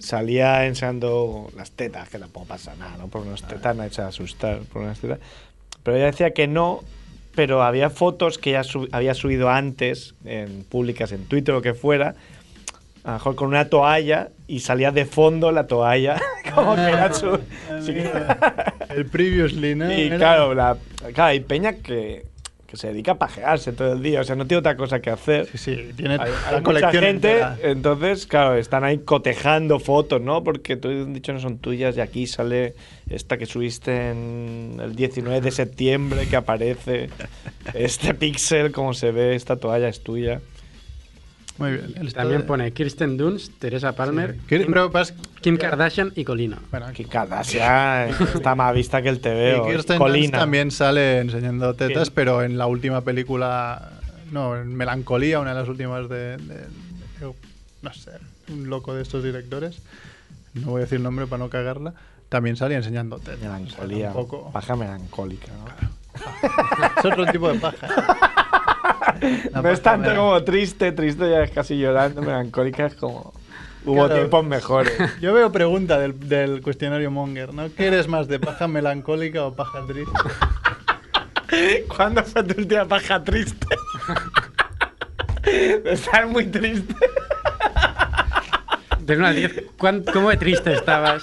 [SPEAKER 2] salía enseñando las tetas, que tampoco pasa nada, ¿no? Por unas
[SPEAKER 1] Ah.
[SPEAKER 2] tetas me ha hecho asustar, por unas tetas. Pero ella decía que no, pero había fotos que ella sub- había subido antes, en públicas, en Twitter o que fuera, a lo mejor con una toalla y salía de fondo la toalla, como que era su... sí que-
[SPEAKER 1] Amigo, El previously, ¿no?
[SPEAKER 2] y
[SPEAKER 1] Era-
[SPEAKER 2] claro, la, claro, hay peña que, que se dedica a pajearse todo el día, o sea, no tiene otra cosa que hacer.
[SPEAKER 1] Sí, sí, tiene
[SPEAKER 2] Hay,
[SPEAKER 1] la
[SPEAKER 2] hay mucha
[SPEAKER 1] colección
[SPEAKER 2] gente,
[SPEAKER 1] entera.
[SPEAKER 2] entonces, claro, están ahí cotejando fotos, ¿no? Porque tú han dicho no son tuyas y aquí sale esta que subiste en el 19 de septiembre que aparece este píxel, como se ve, esta toalla es tuya.
[SPEAKER 1] Muy bien. el estado
[SPEAKER 3] también
[SPEAKER 1] de-
[SPEAKER 3] pone Kirsten Dunst, Teresa Palmer,
[SPEAKER 1] ¿Qué-
[SPEAKER 3] Kim,
[SPEAKER 1] pero pas-
[SPEAKER 3] Kim Kardashian y Colino.
[SPEAKER 1] Bueno,
[SPEAKER 2] Que Kardashian está más vista que el TVO.
[SPEAKER 1] y Kirsten Dunst
[SPEAKER 2] Colina.
[SPEAKER 1] también sale enseñando tetas,
[SPEAKER 2] ¿Quién?
[SPEAKER 1] pero en la última película, no, en Melancolía, una de las últimas de, de- de- no sé, un loco de estos directores, no voy a decir el nombre para no cagarla, también salía enseñando tetas.
[SPEAKER 2] Melancolía.
[SPEAKER 1] O sea, tampoco-
[SPEAKER 2] Paja melancólica, ¿no?
[SPEAKER 1] Es otro tipo de paja. La
[SPEAKER 2] No es
[SPEAKER 1] paja
[SPEAKER 2] tanto
[SPEAKER 1] me-
[SPEAKER 2] como triste, triste ya es casi llorando, melancólica es como... Hubo
[SPEAKER 1] Claro.
[SPEAKER 2] tiempos mejores.
[SPEAKER 1] Yo veo pregunta del, del cuestionario Monger, ¿no? ¿Qué eres más de paja melancólica o paja triste?
[SPEAKER 2] ¿Cuándo fue tu última paja triste? De estar muy triste.
[SPEAKER 3] Del uno al diez, ¿cuán- ¿cómo de triste estabas?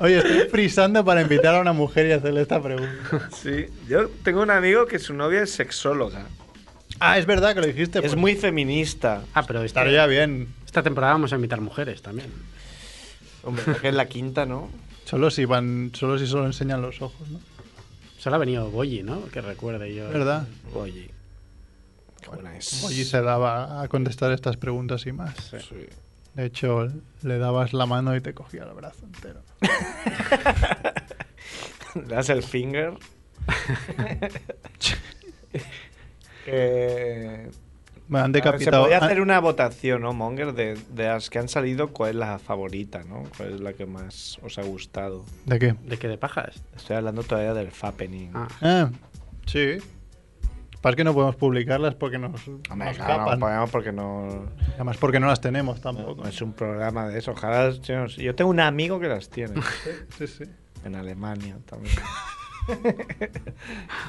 [SPEAKER 1] Oye, estoy frisando para invitar a una mujer y hacerle esta pregunta.
[SPEAKER 2] Sí, yo tengo un amigo que su novia es sexóloga.
[SPEAKER 1] Ah, es verdad que lo dijiste.
[SPEAKER 2] Es
[SPEAKER 1] pues
[SPEAKER 2] muy feminista.
[SPEAKER 3] Ah, pero este-
[SPEAKER 1] Estaría bien.
[SPEAKER 3] esta temporada vamos a invitar mujeres también.
[SPEAKER 2] Hombre, creo que es la quinta, ¿no?
[SPEAKER 1] Solo si van, solo si solo enseñan los ojos, ¿no?
[SPEAKER 3] Solo ha venido Boyi, ¿no? Que recuerde yo.
[SPEAKER 1] ¿Verdad?
[SPEAKER 2] Oye. Qué buena es.
[SPEAKER 1] Oye, se daba a contestar estas preguntas y más.
[SPEAKER 2] Sí.
[SPEAKER 1] De hecho, le dabas la mano y te cogía el brazo entero.
[SPEAKER 2] Le das el finger. Eh,
[SPEAKER 1] Me han
[SPEAKER 2] a ver, Se
[SPEAKER 1] decapitado.
[SPEAKER 2] podría
[SPEAKER 1] Ah,
[SPEAKER 2] hacer una votación, ¿no, Monger? De, de las que han salido, ¿cuál es la favorita, no? ¿Cuál es la que más os ha gustado?
[SPEAKER 1] ¿De qué?
[SPEAKER 3] ¿De qué de pajas?
[SPEAKER 2] Estoy hablando todavía del Fappening.
[SPEAKER 3] Ah.
[SPEAKER 1] Ah, sí. Pasa que no podemos publicarlas porque nos,
[SPEAKER 2] Hombre,
[SPEAKER 1] nos
[SPEAKER 2] claro, no
[SPEAKER 1] capan.
[SPEAKER 2] podemos porque no,
[SPEAKER 1] Además, porque no las tenemos
[SPEAKER 2] no-
[SPEAKER 1] tampoco.
[SPEAKER 2] no es un programa de eso. Ojalá. Yo, no sé. Yo tengo un amigo que las tiene.
[SPEAKER 1] Sí, sí.
[SPEAKER 2] en Alemania también.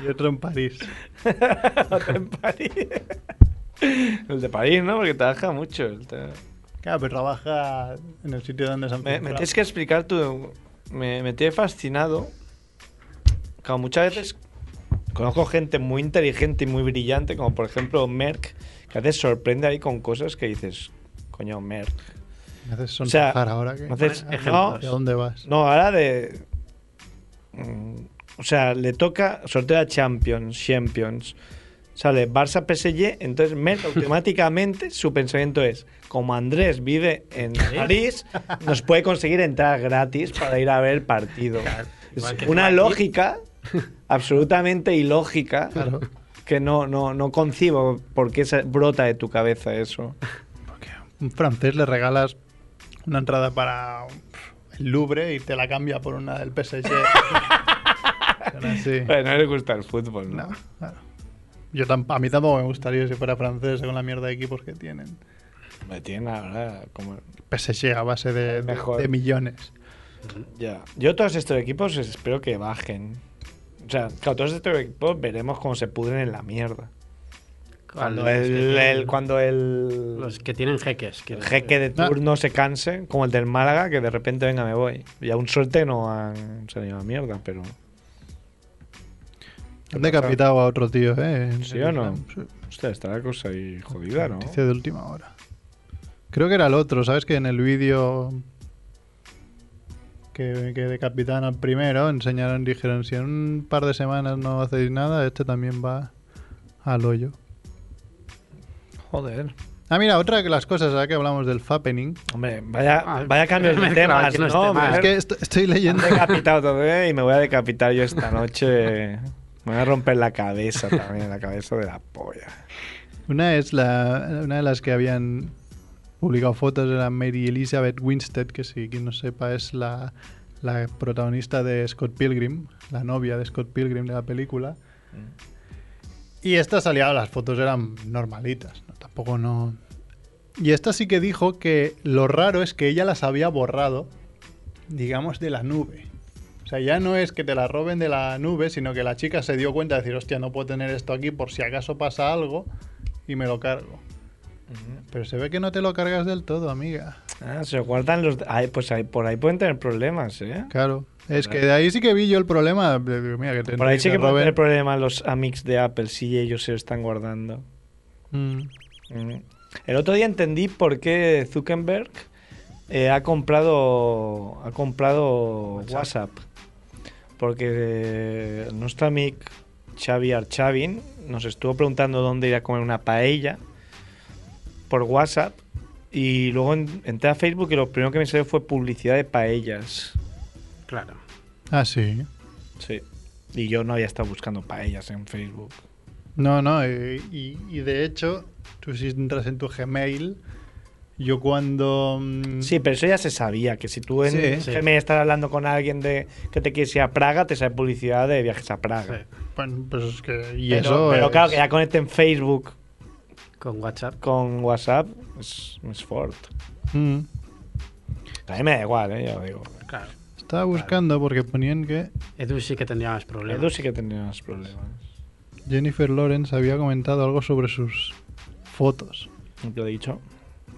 [SPEAKER 1] Y otro en París.
[SPEAKER 2] Otro en París. El de París, ¿no? Porque trabaja mucho. el te-
[SPEAKER 1] Claro, pero trabaja en el sitio donde se han
[SPEAKER 2] Me, me
[SPEAKER 1] filtrado.
[SPEAKER 2] tienes que explicar tú. Me, me tiene fascinado. Como muchas veces conozco gente muy inteligente y muy brillante, como por ejemplo Merck, que a veces sorprende ahí con cosas que dices, coño, Merck.
[SPEAKER 1] Me haces
[SPEAKER 2] O sea,
[SPEAKER 1] sonrojar ahora que.
[SPEAKER 2] me haces-
[SPEAKER 1] Ah,
[SPEAKER 2] no.
[SPEAKER 1] ¿Hacia dónde vas?
[SPEAKER 2] No, ahora de. mm, O sea, le toca sorteo a Champions, Champions. Sale Barça PSG, entonces Merck automáticamente su pensamiento es, como Andrés vive en París, nos puede conseguir entrar gratis para ir a ver el partido. Es
[SPEAKER 3] igual que
[SPEAKER 2] una
[SPEAKER 3] aquí.
[SPEAKER 2] lógica absolutamente ilógica
[SPEAKER 1] Claro.
[SPEAKER 2] que no, no, no concibo por qué se brota de tu cabeza eso.
[SPEAKER 1] Porque a un francés le regalas una entrada para el Louvre y te la cambia por una del PSG. Ahora sí.
[SPEAKER 2] Bueno, no le gusta el fútbol, ¿no?
[SPEAKER 1] No, claro. Yo tam- a mí tampoco me gustaría si fuera francés con la mierda de equipos que tienen.
[SPEAKER 2] Me tiene ahora como...
[SPEAKER 1] PSG a base de, de-
[SPEAKER 2] Mejor.
[SPEAKER 1] de millones.
[SPEAKER 2] Ya. Yo todos estos equipos espero que bajen. O sea, claro, todos estos equipos veremos cómo se pudren en la mierda. Cuando
[SPEAKER 3] Los que
[SPEAKER 2] el,
[SPEAKER 3] tienen-
[SPEAKER 2] el- cuando el,
[SPEAKER 3] Los que tienen jeques.
[SPEAKER 2] el
[SPEAKER 3] quiero
[SPEAKER 2] jeque
[SPEAKER 3] decir.
[SPEAKER 2] de turno se canse, como el del Málaga, que de repente venga me voy. Y aún suerte no han salido a mierda, pero
[SPEAKER 1] Han decapitado a otro tío, ¿eh? En
[SPEAKER 2] ¿Sí o no?
[SPEAKER 1] Instagram. Sí.
[SPEAKER 2] hostia, está la cosa ahí jodida, ¿no?
[SPEAKER 1] Noticia de última hora. Creo que era el otro, ¿sabes? Que en el vídeo que, que decapitaron al primero, enseñaron, dijeron, si en un par de semanas no hacéis nada, este también va al hoyo.
[SPEAKER 2] Joder.
[SPEAKER 1] Ah, mira, otra de las cosas, ahora que hablamos del fappening,
[SPEAKER 2] Hombre, vaya,
[SPEAKER 3] Ah,
[SPEAKER 2] vaya cambios de
[SPEAKER 3] mezclado,
[SPEAKER 2] temas,
[SPEAKER 3] que
[SPEAKER 2] ¿no?
[SPEAKER 3] no es tema. ¿eh?
[SPEAKER 2] Me
[SPEAKER 1] es
[SPEAKER 2] han-
[SPEAKER 1] que est- estoy
[SPEAKER 2] me han
[SPEAKER 1] leyendo...
[SPEAKER 2] decapitado todo, ¿eh? Y me voy a decapitar yo esta noche. Me voy a romper la cabeza también, la cabeza de la polla.
[SPEAKER 1] Una es la, una de las que habían publicado fotos era Mary Elizabeth Winstead, que si quien no sepa es la, la protagonista de Scott Pilgrim, la novia de Scott Pilgrim de la película.
[SPEAKER 2] Mm.
[SPEAKER 1] Y esta salía, las fotos eran normalitas, ¿no? tampoco no... Y esta sí que dijo que lo raro es que ella las había borrado, digamos, de la nube. O sea, ya no es que te la roben de la nube, sino que la chica se dio cuenta de decir, hostia, no puedo tener esto aquí por si acaso pasa algo y me lo cargo. Pero se ve que no te lo cargas del todo, amiga.
[SPEAKER 2] Ah, se guardan los. Ay, pues ahí, por ahí pueden tener problemas, ¿eh?
[SPEAKER 1] Claro. Es que de ahí sí que vi yo el problema. de- de- Mira, que te
[SPEAKER 2] Por ahí sí que pueden tener
[SPEAKER 1] roben.
[SPEAKER 2] problemas los amics de Apple si ellos se lo están guardando.
[SPEAKER 1] Mm.
[SPEAKER 2] Mm. El otro día entendí por qué Zuckerberg eh, ha comprado ha comprado WhatsApp. Porque eh, nuestro amigo Xavi Archavin nos estuvo preguntando dónde ir a comer una paella por WhatsApp. Y luego en- entré a Facebook y lo primero que me salió fue publicidad de paellas.
[SPEAKER 3] Claro.
[SPEAKER 1] Ah, sí.
[SPEAKER 2] Sí. Y yo no había estado buscando paellas en Facebook.
[SPEAKER 1] No, no. Y, y- y de hecho, tú si entras en tu Gmail, yo cuando... mm,
[SPEAKER 2] Sí, pero eso ya se sabía, que si tú en
[SPEAKER 1] Sí,
[SPEAKER 3] sí.
[SPEAKER 2] Gmail estás hablando con alguien de que te quieres ir a Praga, te sale publicidad de viajes a Praga.
[SPEAKER 3] Sí,
[SPEAKER 1] bueno, pues es que... Y
[SPEAKER 2] pero,
[SPEAKER 1] eso
[SPEAKER 2] pero
[SPEAKER 1] es-
[SPEAKER 2] claro, que ya conecten Facebook
[SPEAKER 3] Con WhatsApp.
[SPEAKER 2] con WhatsApp es, es Ford.
[SPEAKER 1] Mm.
[SPEAKER 2] A mí me da igual, ¿eh? ya lo digo.
[SPEAKER 3] Claro.
[SPEAKER 1] Estaba buscando porque ponían que
[SPEAKER 3] Edu sí que tendría más problemas.
[SPEAKER 2] Edu sí que tenía más problemas.
[SPEAKER 1] Jennifer Lawrence había comentado algo sobre sus fotos.
[SPEAKER 2] Siempre lo he dicho.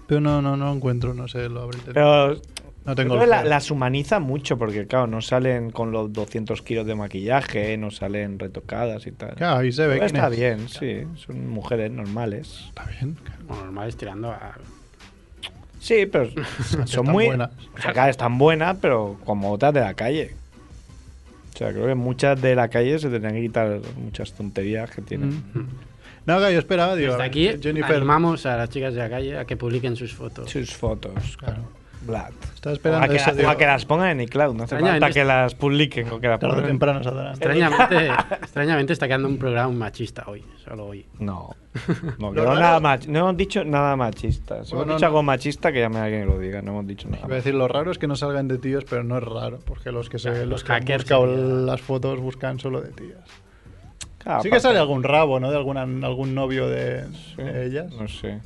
[SPEAKER 1] Pero no, no, no lo encuentro, no sé, lo habré intentado.
[SPEAKER 2] Pero
[SPEAKER 1] No
[SPEAKER 2] yo
[SPEAKER 1] tengo
[SPEAKER 2] creo
[SPEAKER 1] el
[SPEAKER 2] que la-
[SPEAKER 1] feo.
[SPEAKER 2] las humaniza mucho porque, claro, no salen con los 200 kilos de maquillaje, no salen retocadas y tal.
[SPEAKER 1] Claro, ahí se ve
[SPEAKER 2] Pero
[SPEAKER 1] quién
[SPEAKER 2] está
[SPEAKER 1] es.
[SPEAKER 2] bien, sí. Son mujeres normales.
[SPEAKER 1] Está bien, claro.
[SPEAKER 3] Bueno, normal es tirando a.
[SPEAKER 2] Sí, pero son
[SPEAKER 1] Están
[SPEAKER 2] muy.
[SPEAKER 1] buenas.
[SPEAKER 2] O sea, claro, están buenas, pero como otras de la calle. O sea, creo que muchas de la calle se tendrían que quitar muchas tonterías que tienen.
[SPEAKER 1] Mm. No, que yo esperaba, digo.
[SPEAKER 3] Desde
[SPEAKER 1] a ver,
[SPEAKER 3] aquí
[SPEAKER 1] Jennifer.
[SPEAKER 3] animamos a las chicas de la calle a que publiquen sus fotos.
[SPEAKER 2] Sus fotos.
[SPEAKER 1] Claro.
[SPEAKER 2] Vlad.
[SPEAKER 1] Estaba
[SPEAKER 2] O a,
[SPEAKER 1] esperando
[SPEAKER 2] que,
[SPEAKER 1] eso,
[SPEAKER 2] o
[SPEAKER 1] digo,
[SPEAKER 2] a que las pongan en iCloud, no hace
[SPEAKER 3] Extraña,
[SPEAKER 2] falta
[SPEAKER 3] en
[SPEAKER 2] que
[SPEAKER 3] este-
[SPEAKER 2] las publiquen o que las
[SPEAKER 1] Tarde o
[SPEAKER 2] pongan.
[SPEAKER 1] temprano saldrán.
[SPEAKER 3] Extrañamente, extrañamente está quedando un programa machista hoy, solo hoy.
[SPEAKER 2] No.
[SPEAKER 1] Lo
[SPEAKER 2] No, quedó
[SPEAKER 1] raro-
[SPEAKER 2] nada mach- no hemos dicho nada machista. Si
[SPEAKER 1] Bueno,
[SPEAKER 2] hemos dicho
[SPEAKER 1] no.
[SPEAKER 2] algo machista, que llame a alguien y lo diga. No hemos dicho nada.
[SPEAKER 1] Iba a decir, lo raro es que no salgan de tíos, pero no es raro, porque los que se,
[SPEAKER 3] Claro,
[SPEAKER 1] los
[SPEAKER 3] los
[SPEAKER 1] que han
[SPEAKER 3] hackers
[SPEAKER 1] buscado
[SPEAKER 3] sería-
[SPEAKER 1] las fotos buscan solo de tías.
[SPEAKER 2] Claro,
[SPEAKER 1] sí que sale
[SPEAKER 2] aparte-
[SPEAKER 1] algún rabo, ¿no? De alguna, algún novio de, de ellas.
[SPEAKER 2] No sé.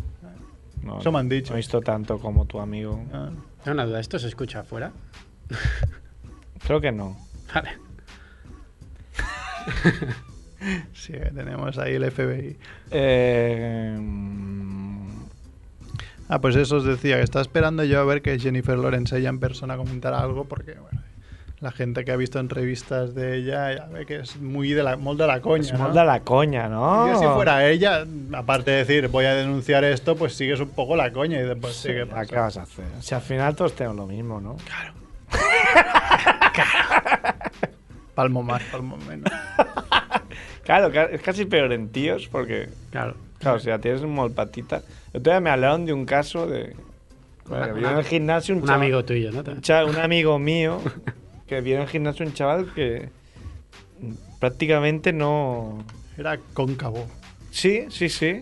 [SPEAKER 2] No,
[SPEAKER 1] Eso me han dicho.
[SPEAKER 2] No he visto tanto como tu amigo.
[SPEAKER 1] Ah.
[SPEAKER 3] Tengo una duda, ¿esto se escucha afuera?
[SPEAKER 2] Creo que no.
[SPEAKER 3] Vale.
[SPEAKER 1] Sí, tenemos ahí el FBI.
[SPEAKER 2] Eh, mm,
[SPEAKER 1] Ah, pues eso os decía, que estaba esperando yo a ver que Jennifer Lawrence ella en persona comentara algo, porque bueno, la gente que ha visto entrevistas de ella ya ve que es muy de la, molde de la coña.
[SPEAKER 2] se
[SPEAKER 1] ¿no?
[SPEAKER 2] molda la coña, ¿no?
[SPEAKER 1] Yo si fuera ella, aparte de decir voy a denunciar esto, pues sigues un poco la coña y después sí, que
[SPEAKER 2] ¿A qué vas a hacer? Si al final todos tenemos lo mismo, ¿no?
[SPEAKER 1] palmo más, palmo menos.
[SPEAKER 2] Claro, ca- es casi peor en tíos porque,
[SPEAKER 3] Claro.
[SPEAKER 2] claro, si la tienes muy patita. El otro día me hablaron de un caso de...
[SPEAKER 3] Una-
[SPEAKER 2] que vino en el gimnasio un,
[SPEAKER 3] Un
[SPEAKER 2] chaval-
[SPEAKER 3] amigo tuyo, ¿no?
[SPEAKER 2] un cha- un amigo mío que vio en el gimnasio un chaval que prácticamente no...
[SPEAKER 1] Era cóncavo.
[SPEAKER 2] Sí, sí, sí.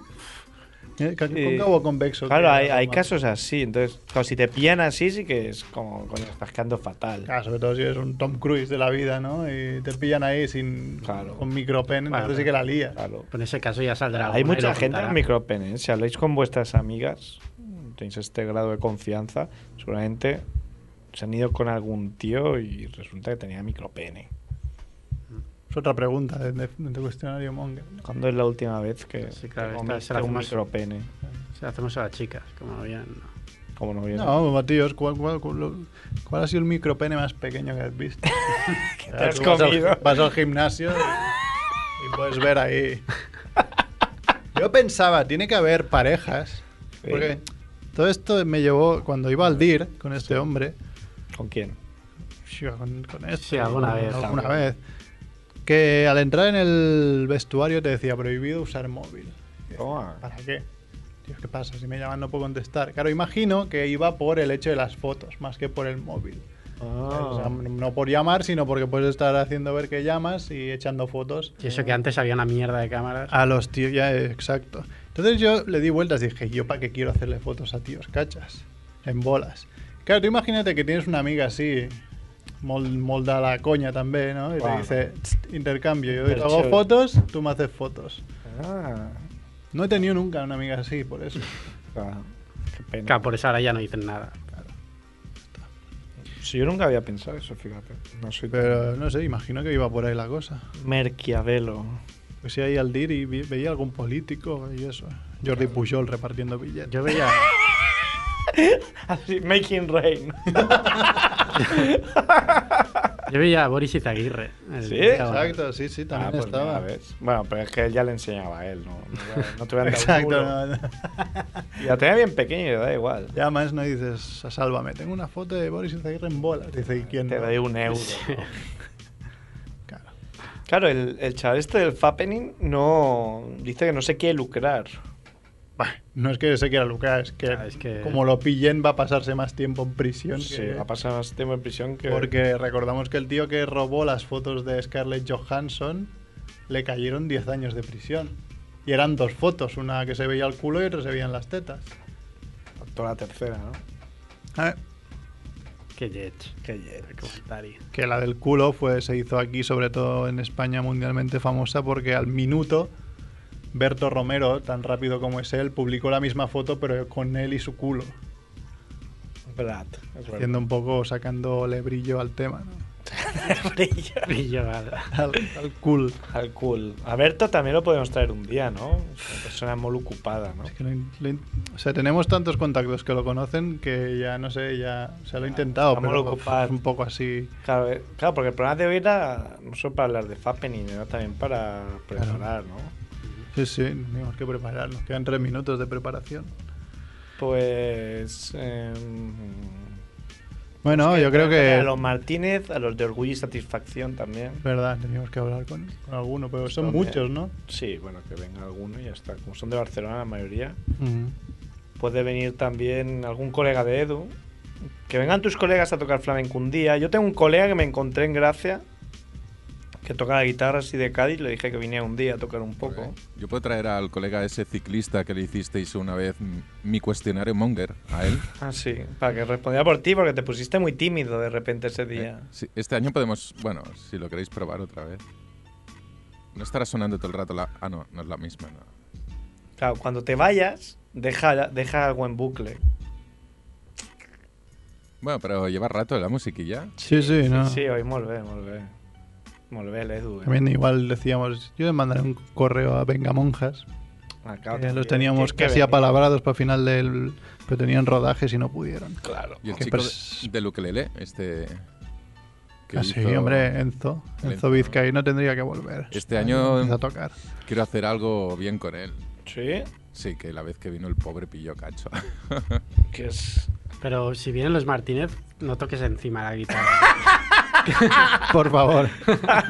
[SPEAKER 1] ¿Eh? Con-
[SPEAKER 2] Sí.
[SPEAKER 1] Cóncavo o convexo.
[SPEAKER 2] Claro,
[SPEAKER 1] que
[SPEAKER 2] hay,
[SPEAKER 1] era
[SPEAKER 2] hay
[SPEAKER 1] más-
[SPEAKER 2] casos así. Entonces, claro, si te pillan así, sí que es como, coño, estás quedando fatal.
[SPEAKER 1] Ah, sobre todo si eres un Tom Cruise de la vida, ¿no? Y te pillan ahí sin
[SPEAKER 2] Claro. eh.
[SPEAKER 1] con micropen,
[SPEAKER 3] Bueno,
[SPEAKER 1] entonces sí que la lías.
[SPEAKER 2] Claro.
[SPEAKER 3] Pero en ese caso ya
[SPEAKER 2] Hay
[SPEAKER 3] saldrá. alguna y
[SPEAKER 2] mucha
[SPEAKER 3] lo
[SPEAKER 2] gente
[SPEAKER 3] contará.
[SPEAKER 2] en micropen, ¿eh? Si habláis con vuestras amigas, tenéis este grado de confianza, seguramente se han ido con algún tío y resulta que tenía micropene.
[SPEAKER 1] Es otra pregunta de, de- de tu cuestionario Monger.
[SPEAKER 2] ¿Cuándo es la última vez que
[SPEAKER 3] Sí, claro,
[SPEAKER 2] te
[SPEAKER 3] esta
[SPEAKER 2] comiste
[SPEAKER 3] se la
[SPEAKER 2] un
[SPEAKER 3] fumas.
[SPEAKER 2] micropene?
[SPEAKER 3] Se lo hacemos a las chicas, como bien. no.
[SPEAKER 2] Como no hubiera.
[SPEAKER 1] No, Matías, ¿cuál, cuál, cuál, cuál ha sido el micropene más pequeño que has visto?
[SPEAKER 2] te has
[SPEAKER 1] Tú vas al-
[SPEAKER 2] comido?
[SPEAKER 1] Vas al gimnasio y- y puedes ver ahí. Yo pensaba, tiene que haber parejas.
[SPEAKER 2] Sí.
[SPEAKER 1] Porque todo esto me llevó cuando iba al DIR con este hombre.
[SPEAKER 2] ¿Con quién?
[SPEAKER 1] Yo con, con esto.
[SPEAKER 3] Sí, alguna
[SPEAKER 1] con-
[SPEAKER 3] vez,
[SPEAKER 1] alguna
[SPEAKER 2] alguna
[SPEAKER 1] vez. Que al entrar en el vestuario te decía prohibido usar móvil.
[SPEAKER 2] Toma.
[SPEAKER 1] ¿Para qué? Tío, ¿qué pasa? Si me llaman no puedo contestar. Claro, imagino que iba por el hecho de las fotos, más que por el móvil. O sea,
[SPEAKER 2] Ah.
[SPEAKER 1] no por llamar, sino porque puedes estar haciendo ver que llamas y echando fotos.
[SPEAKER 3] Y eso que antes había una mierda de cámaras. Ah,
[SPEAKER 1] A los tíos, ya, eh, exacto. Entonces yo le di vueltas y dije, ¿yo para qué quiero hacerle fotos a tíos cachas? En bolas. Claro, tú imagínate que tienes una amiga así, mol- molda la coña también, ¿no? Y te
[SPEAKER 2] Claro.
[SPEAKER 1] dice, "Tst, intercambio, yo te
[SPEAKER 2] El
[SPEAKER 1] hago
[SPEAKER 2] show.
[SPEAKER 1] fotos, tú me haces fotos.
[SPEAKER 2] Ah.
[SPEAKER 1] No he tenido nunca una amiga así, por eso.
[SPEAKER 2] Ah. Qué pena.
[SPEAKER 3] Claro, por eso ahora ya no dicen nada.
[SPEAKER 2] Sí, yo nunca había pensado eso, fíjate. No soy
[SPEAKER 1] Pero no sé, imagino que iba por ahí la cosa.
[SPEAKER 2] Merquiavelo.
[SPEAKER 1] Pues si ahí al DIR y vi- veía algún político y eso. Jordi Pujol repartiendo billetes.
[SPEAKER 3] Yo veía.
[SPEAKER 2] Así, making rain.
[SPEAKER 3] Yo veía a Boris Izaguirre. el-
[SPEAKER 2] Sí,
[SPEAKER 3] el-
[SPEAKER 1] Exacto, sí, sí, también
[SPEAKER 2] Ah, pues
[SPEAKER 1] estaba.
[SPEAKER 2] mira, ¿ves? Bueno, pero es que él ya le enseñaba a él, ¿no? No te voy a andar
[SPEAKER 1] Exacto.
[SPEAKER 2] culo.
[SPEAKER 1] no, no.
[SPEAKER 2] Y la tenía bien pequeña y le da igual.
[SPEAKER 1] Llamas, no dices, sálvame, tengo una foto de Boris Izaguirre en bola. Dice, ¿y quién?
[SPEAKER 2] Te
[SPEAKER 1] no?".
[SPEAKER 2] doy un euro.
[SPEAKER 1] Claro.
[SPEAKER 2] Claro, el, el chaval este del Fappening no... Dice que no se quiere lucrar.
[SPEAKER 1] Bah, no es que se quiera lucrar, es que,
[SPEAKER 3] Ah, es que-
[SPEAKER 1] como lo pillen va a pasarse más tiempo en prisión.
[SPEAKER 2] Sí,
[SPEAKER 1] que-
[SPEAKER 2] ha pasado más tiempo en prisión que...
[SPEAKER 1] Porque recordamos que el tío que robó las fotos de Scarlett Johansson le cayeron 10 años de prisión. Y eran dos fotos, una que se veía el culo y otra se veían las tetas.
[SPEAKER 2] Toda la tercera, ¿no?
[SPEAKER 1] A ver,
[SPEAKER 3] Qué jet.
[SPEAKER 2] Qué yer-
[SPEAKER 3] Qué comentario.
[SPEAKER 1] que la del culo fue, se hizo aquí, sobre todo en España, mundialmente famosa porque al minuto Berto Romero, tan rápido como es él, publicó la misma foto pero con él y su culo,
[SPEAKER 2] Brad. es verdad.
[SPEAKER 1] haciendo un poco, sacándole brillo al tema, ¿no?
[SPEAKER 2] Brilla.
[SPEAKER 3] Y yo, vale.
[SPEAKER 1] al, al cool.
[SPEAKER 2] Al cool. A Berto también lo podemos traer un día, ¿no? Es una persona muy ocupada, ¿no?
[SPEAKER 1] Es que lo in- lo in- o sea, tenemos tantos contactos que lo conocen que ya no sé, ya se lo he
[SPEAKER 2] Ya,
[SPEAKER 1] intentado,
[SPEAKER 2] estamos
[SPEAKER 1] pero
[SPEAKER 2] ocupados.
[SPEAKER 1] es un poco así.
[SPEAKER 2] Claro, eh, claro, porque el programa de hoy era no solo para hablar de Fappening, era también para preparar, ¿no?
[SPEAKER 1] Sí, sí, tenemos que prepararnos. Quedan tres minutos de preparación.
[SPEAKER 2] Pues. eh,
[SPEAKER 1] Bueno, yo creo
[SPEAKER 2] A
[SPEAKER 1] que.
[SPEAKER 2] los Martínez, a los de Orgullo y Satisfacción también.
[SPEAKER 1] Es verdad, teníamos que hablar con, con alguno, pero son
[SPEAKER 2] También.
[SPEAKER 1] muchos, ¿no?
[SPEAKER 2] Sí, bueno, que venga alguno y ya está. Como son de Barcelona la mayoría. Puede venir también algún colega de Edu. Que vengan tus colegas a tocar flamenco un día. Yo tengo un colega que me encontré en Gracia, que toca la guitarra así de Cádiz. Le dije que viniera un día a tocar un poco.
[SPEAKER 4] Yo puedo traer al colega ese ciclista que le hicisteis una vez m- mi cuestionario Monger a él.
[SPEAKER 2] Ah, sí, para que respondiera por ti, porque te pusiste muy tímido de repente ese
[SPEAKER 4] Eh,
[SPEAKER 2] día.
[SPEAKER 4] sí, este año podemos, bueno, si lo queréis probar otra vez. No estará sonando todo el rato la... Ah, no, no es la misma. no.
[SPEAKER 2] Claro, cuando te vayas, deja, deja algo en bucle.
[SPEAKER 4] Bueno, pero lleva rato la musiquilla.
[SPEAKER 1] Sí, sí, no.
[SPEAKER 2] Sí, hoy molt bé, molt bé. Molt bé, l'Edu. eh?
[SPEAKER 1] También igual decíamos, yo le mandaré un correo a Vengamonjas.
[SPEAKER 2] Ah, claro,
[SPEAKER 1] que
[SPEAKER 2] también.
[SPEAKER 1] los teníamos
[SPEAKER 2] Tiene que
[SPEAKER 1] casi
[SPEAKER 2] venir.
[SPEAKER 1] apalabrados para final del... Pero tenían rodajes y no pudieron.
[SPEAKER 2] Claro.
[SPEAKER 4] Y el
[SPEAKER 1] Qué
[SPEAKER 4] chico
[SPEAKER 1] pers-
[SPEAKER 4] de, del ukelele, este... que
[SPEAKER 1] Así,
[SPEAKER 4] hizo-
[SPEAKER 1] Ah, hombre, Enzo.
[SPEAKER 4] el
[SPEAKER 1] Enzo
[SPEAKER 4] Enzo.
[SPEAKER 1] Vizcay no tendría que volver.
[SPEAKER 4] Este año-
[SPEAKER 1] Empieza a tocar.
[SPEAKER 4] Quiero hacer algo bien con él.
[SPEAKER 2] Sí,
[SPEAKER 4] Sí, que la vez que vino el pobre pilló cacho.
[SPEAKER 2] que es...
[SPEAKER 3] Pero si vienen los Martínez, no toques encima la guitarra.
[SPEAKER 1] Por favor.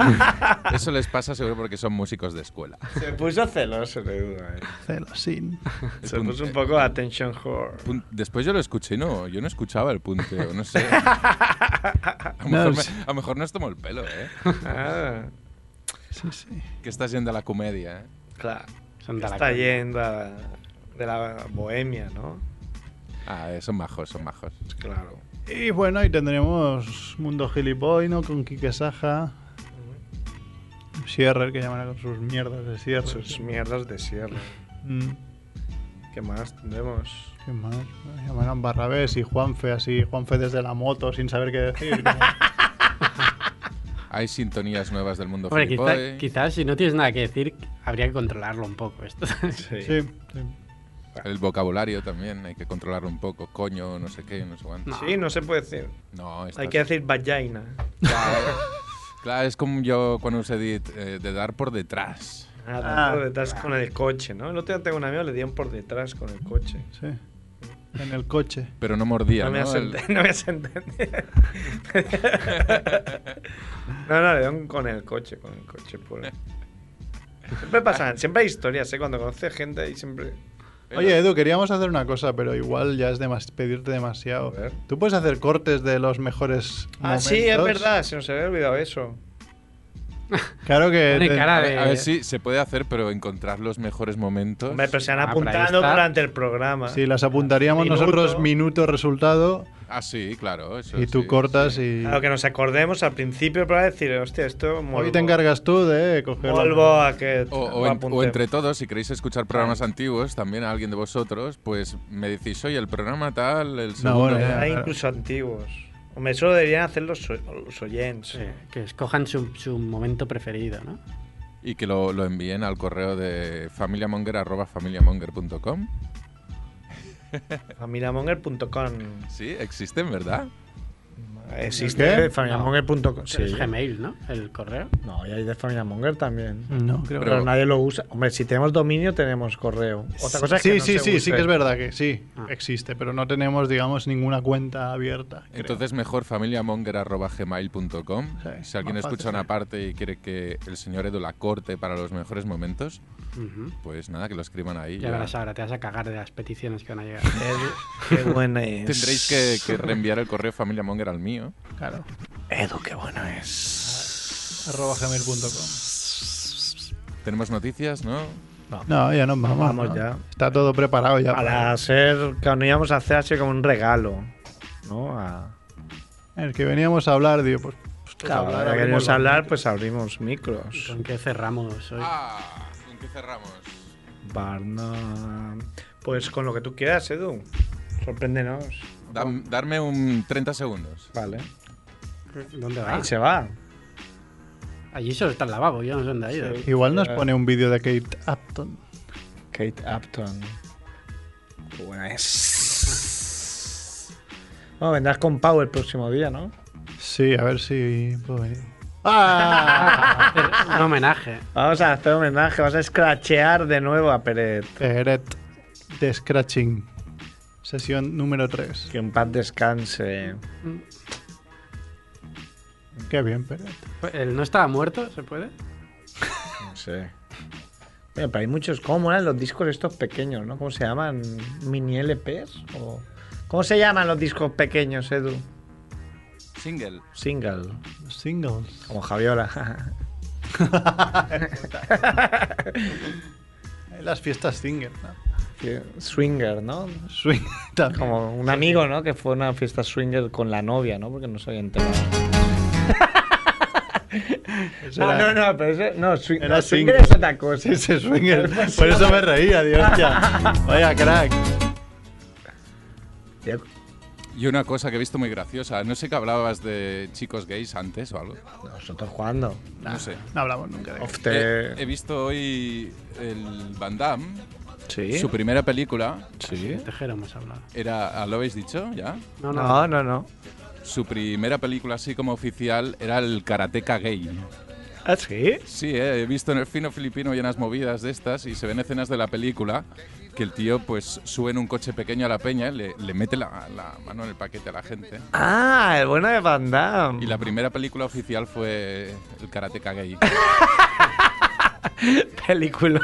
[SPEAKER 4] Eso les pasa seguro porque son músicos de escuela.
[SPEAKER 2] Se puso celoso el Edu, eh?
[SPEAKER 1] Celosín.
[SPEAKER 2] Se
[SPEAKER 4] Pun-
[SPEAKER 2] puso un poco attention whore.
[SPEAKER 4] Pun- Después yo lo escuché, no, yo no escuchaba el punteo, no sé. A lo
[SPEAKER 1] No,
[SPEAKER 4] mejor,
[SPEAKER 1] sí.
[SPEAKER 4] me- a lo mejor nos tomó el pelo, ¿eh?
[SPEAKER 2] Ah,
[SPEAKER 1] Sí, sí.
[SPEAKER 4] Que estás yendo a la comedia, ¿eh?
[SPEAKER 2] clar.
[SPEAKER 3] Son de la
[SPEAKER 2] Està
[SPEAKER 3] coña.
[SPEAKER 2] gent de... de la bohemia, ¿no? Pues
[SPEAKER 4] Ah, eh, son majos, son majos.
[SPEAKER 2] Claro.
[SPEAKER 1] Y bueno, ahí tendremos Mundo Gilipoy, ¿no? Con Quique Saja. Sierra, que llaman con sus mierdas de Sierra. Mm.
[SPEAKER 2] Sus mierdas de sierra. ¿Qué más tendremos?
[SPEAKER 1] ¿Qué más? Llamarán Barrabés y Juanfe así, Juanfe desde la moto sin saber qué decir. como-
[SPEAKER 4] Hay sintonías nuevas del
[SPEAKER 2] Pues
[SPEAKER 4] mundo
[SPEAKER 3] Hombre, quizá-
[SPEAKER 2] ¿eh?
[SPEAKER 4] gilipoy.
[SPEAKER 3] quizás si no tienes nada que decir, habría que controlarlo un poco esto.
[SPEAKER 1] sí, sí.
[SPEAKER 4] El vocabulario también, hay que controlarlo un poco. Coño, no sé qué, no sé cuánto.
[SPEAKER 2] Sí, no se puede decir.
[SPEAKER 4] No,
[SPEAKER 2] Hay
[SPEAKER 4] estás-
[SPEAKER 2] que decir vagina.
[SPEAKER 4] Claro, Claro, es como yo cuando usé dit, eh, de dar por detrás.
[SPEAKER 2] Nada,
[SPEAKER 1] Ah.
[SPEAKER 2] por detrás con el coche, ¿no? El otro día tengo un amigo, le dieron por detrás con el coche.
[SPEAKER 1] sí. En el coche.
[SPEAKER 4] Pero no mordía,
[SPEAKER 2] No me,
[SPEAKER 4] ¿no?
[SPEAKER 2] has
[SPEAKER 4] El-
[SPEAKER 2] ente- no me has entendido. no, no, le dieron con el coche, con el coche puro. Siempre pasan, siempre hay historias, ¿eh? Cuando conoces gente y siempre.
[SPEAKER 1] Oye, Edu, queríamos hacer una cosa, pero igual ya es demas- pedirte
[SPEAKER 2] A
[SPEAKER 1] demasiado.
[SPEAKER 2] ver.
[SPEAKER 1] Tú puedes hacer cortes de los mejores
[SPEAKER 2] Ah,
[SPEAKER 1] momentos.
[SPEAKER 2] sí, es verdad, se nos había olvidado eso.
[SPEAKER 1] Claro que...
[SPEAKER 3] Pone
[SPEAKER 1] te-
[SPEAKER 3] cara
[SPEAKER 4] a
[SPEAKER 3] de-
[SPEAKER 4] ver, a ver si se puede hacer, pero encontrar los mejores momentos.
[SPEAKER 2] eh. Hombre, pero se han
[SPEAKER 3] Ah, pero ahí
[SPEAKER 2] apuntado
[SPEAKER 3] está.
[SPEAKER 2] durante el programa.
[SPEAKER 1] Sí, las apuntaríamos
[SPEAKER 2] Minuto.
[SPEAKER 1] nosotros minuto, resultado,
[SPEAKER 4] Ah, sí, claro. Eso,
[SPEAKER 1] y tú
[SPEAKER 4] sí,
[SPEAKER 1] cortas
[SPEAKER 4] sí.
[SPEAKER 1] y...
[SPEAKER 2] Claro, que nos acordemos al principio para decir, hostia, esto
[SPEAKER 1] Hoy
[SPEAKER 2] molvo.
[SPEAKER 1] te encargas tú de coger...
[SPEAKER 2] Volvo a que.
[SPEAKER 4] O, o
[SPEAKER 2] lo
[SPEAKER 4] en- o
[SPEAKER 2] apuntemos.
[SPEAKER 4] entre todos, si queréis escuchar programas antiguos, también a alguien de vosotros, pues me decís, oye, el programa tal, el segundo...
[SPEAKER 1] bueno, ya.
[SPEAKER 2] Hay incluso antiguos. Hombre, eso lo deberían hacer los, oy- los oyentes.
[SPEAKER 3] Sí, que escojan su, su momento preferido, ¿no?
[SPEAKER 4] Y que lo, lo envíen al correo de familiamonger.familiamonger.com.
[SPEAKER 2] Familiamonger.com.
[SPEAKER 4] Sí, existen, ¿verdad?
[SPEAKER 2] ¿Existe?
[SPEAKER 1] ¿Qué?
[SPEAKER 2] Familiamonger.com. Sí.
[SPEAKER 3] Es Gmail, ¿no? El correo.
[SPEAKER 2] No, y hay de Familiamonger también.
[SPEAKER 1] No, creo
[SPEAKER 2] Pero,
[SPEAKER 4] Pero-
[SPEAKER 2] nadie lo usa. Hombre, si tenemos dominio, tenemos correo. Otra cosa es
[SPEAKER 1] sí,
[SPEAKER 2] que no
[SPEAKER 1] sí,
[SPEAKER 2] se
[SPEAKER 1] sí, sí
[SPEAKER 2] use.
[SPEAKER 1] que es verdad que sí,
[SPEAKER 3] Ah.
[SPEAKER 1] existe, pero no tenemos, digamos, ninguna cuenta abierta. creo.
[SPEAKER 4] Entonces mejor familiamonger.gmail.com
[SPEAKER 1] Sí,
[SPEAKER 4] Si alguien
[SPEAKER 1] más
[SPEAKER 4] escucha
[SPEAKER 1] fácil,
[SPEAKER 4] una
[SPEAKER 1] sí.
[SPEAKER 4] parte y quiere que el señor Edu la corte para los mejores momentos,
[SPEAKER 3] Ujú.
[SPEAKER 4] pues nada, que lo escriban ahí.
[SPEAKER 3] Ya
[SPEAKER 4] ya.
[SPEAKER 3] verás ahora, te vas a cagar de las peticiones que van a llegar.
[SPEAKER 2] Edu, qué bueno es.
[SPEAKER 4] Tendréis que, que reenviar el correo familiamonger al mío.
[SPEAKER 1] Claro,
[SPEAKER 2] Edu, qué bueno es.
[SPEAKER 1] arroba gmail.com.
[SPEAKER 4] Tenemos noticias, ¿no?
[SPEAKER 1] No, ya nos vamos.
[SPEAKER 2] Vamos
[SPEAKER 1] ¿no?
[SPEAKER 2] ya.
[SPEAKER 1] Está todo preparado ya.
[SPEAKER 2] Para hacer. Que no íbamos a hacer así como un regalo. ¿No? A.
[SPEAKER 1] El que veníamos a hablar, digo, pues. pues,
[SPEAKER 2] Claro,
[SPEAKER 1] hablar,
[SPEAKER 2] ahora que
[SPEAKER 1] abrimos
[SPEAKER 2] queremos
[SPEAKER 1] la-
[SPEAKER 2] hablar, pues abrimos micros.
[SPEAKER 3] ¿Con qué cerramos hoy?
[SPEAKER 4] Ah, ¿con qué cerramos?
[SPEAKER 2] Barna. Pues con lo que tú quieras, Edu. Sorpréndenos.
[SPEAKER 4] Dam- darme un 30 segundos.
[SPEAKER 2] Vale.
[SPEAKER 3] ¿Dónde va?
[SPEAKER 2] Ahí se va.
[SPEAKER 3] Allí solo está el lavabo, yo no sé dónde ha ido.
[SPEAKER 2] Sí.
[SPEAKER 1] Igual nos
[SPEAKER 2] Ya.
[SPEAKER 1] pone un vídeo de Kate Upton.
[SPEAKER 2] Kate Upton. Qué buena es. Pues. Bueno, vendrás con Pau el próximo día, ¿no?
[SPEAKER 1] Sí, a ver si puedo venir. ¡Ah!
[SPEAKER 3] Un homenaje.
[SPEAKER 2] Vamos a hacer homenaje, vas a escrachear de nuevo a Peret.
[SPEAKER 1] Peret de Scratching. Sesión número 3.
[SPEAKER 2] Que un paz descanse.
[SPEAKER 1] Qué bien, Peret.
[SPEAKER 3] ¿El no estaba muerto? ¿Se puede?
[SPEAKER 2] No sé. Oye, pero hay muchos. ¿Cómo molan los discos estos pequeños, no? ¿Cómo se llaman? ¿Mini LPs? ¿O... ¿Cómo se llaman los discos pequeños, Edu?
[SPEAKER 4] Single.
[SPEAKER 2] Single.
[SPEAKER 1] Singles.
[SPEAKER 2] Como Javiola.
[SPEAKER 1] Eh, Las fiestas Singer. ¿no?
[SPEAKER 2] Que- Swinger, ¿no?
[SPEAKER 1] Swing también.
[SPEAKER 2] Como un amigo, ¿no? Que fue a una fiesta swinger con la novia, ¿no? Porque no se había enterado.
[SPEAKER 1] Eso
[SPEAKER 2] No,
[SPEAKER 1] era-
[SPEAKER 2] Ah, no, no, pero eso, no, swing,
[SPEAKER 1] Era
[SPEAKER 2] no, swinger
[SPEAKER 1] single.
[SPEAKER 2] es otra cosa.
[SPEAKER 1] Ese swinger. Por eso me reía, Dios Vaya crack.
[SPEAKER 2] Tío,
[SPEAKER 4] Y una cosa que he visto muy graciosa. No sé que hablabas de chicos gays antes o algo.
[SPEAKER 2] Nosotros jugando.
[SPEAKER 4] No sé.
[SPEAKER 1] No hablamos nunca de
[SPEAKER 2] Off
[SPEAKER 4] He, he
[SPEAKER 2] the...
[SPEAKER 4] visto hoy el Van Damme.
[SPEAKER 2] Sí.
[SPEAKER 4] Su primera película
[SPEAKER 2] Sí.
[SPEAKER 3] Tejero hemos hablado.
[SPEAKER 4] era. ¿ah, ¿Lo habéis dicho ya?
[SPEAKER 3] No, no.
[SPEAKER 2] No, no, no.
[SPEAKER 4] Su primera película así como oficial era el Karateka Gay.
[SPEAKER 2] ¿Ah, sí?
[SPEAKER 4] Sí, eh, he visto en el fino filipino y en las movidas de estas y se ven escenas de la película que el tío pues sube en un coche pequeño a la peña, le, le mete la, la mano en el paquete a la gente.
[SPEAKER 2] Ah, el bueno de Van
[SPEAKER 4] Y
[SPEAKER 2] Damme.
[SPEAKER 4] la primera película oficial fue el Karateka Gay.
[SPEAKER 2] Película.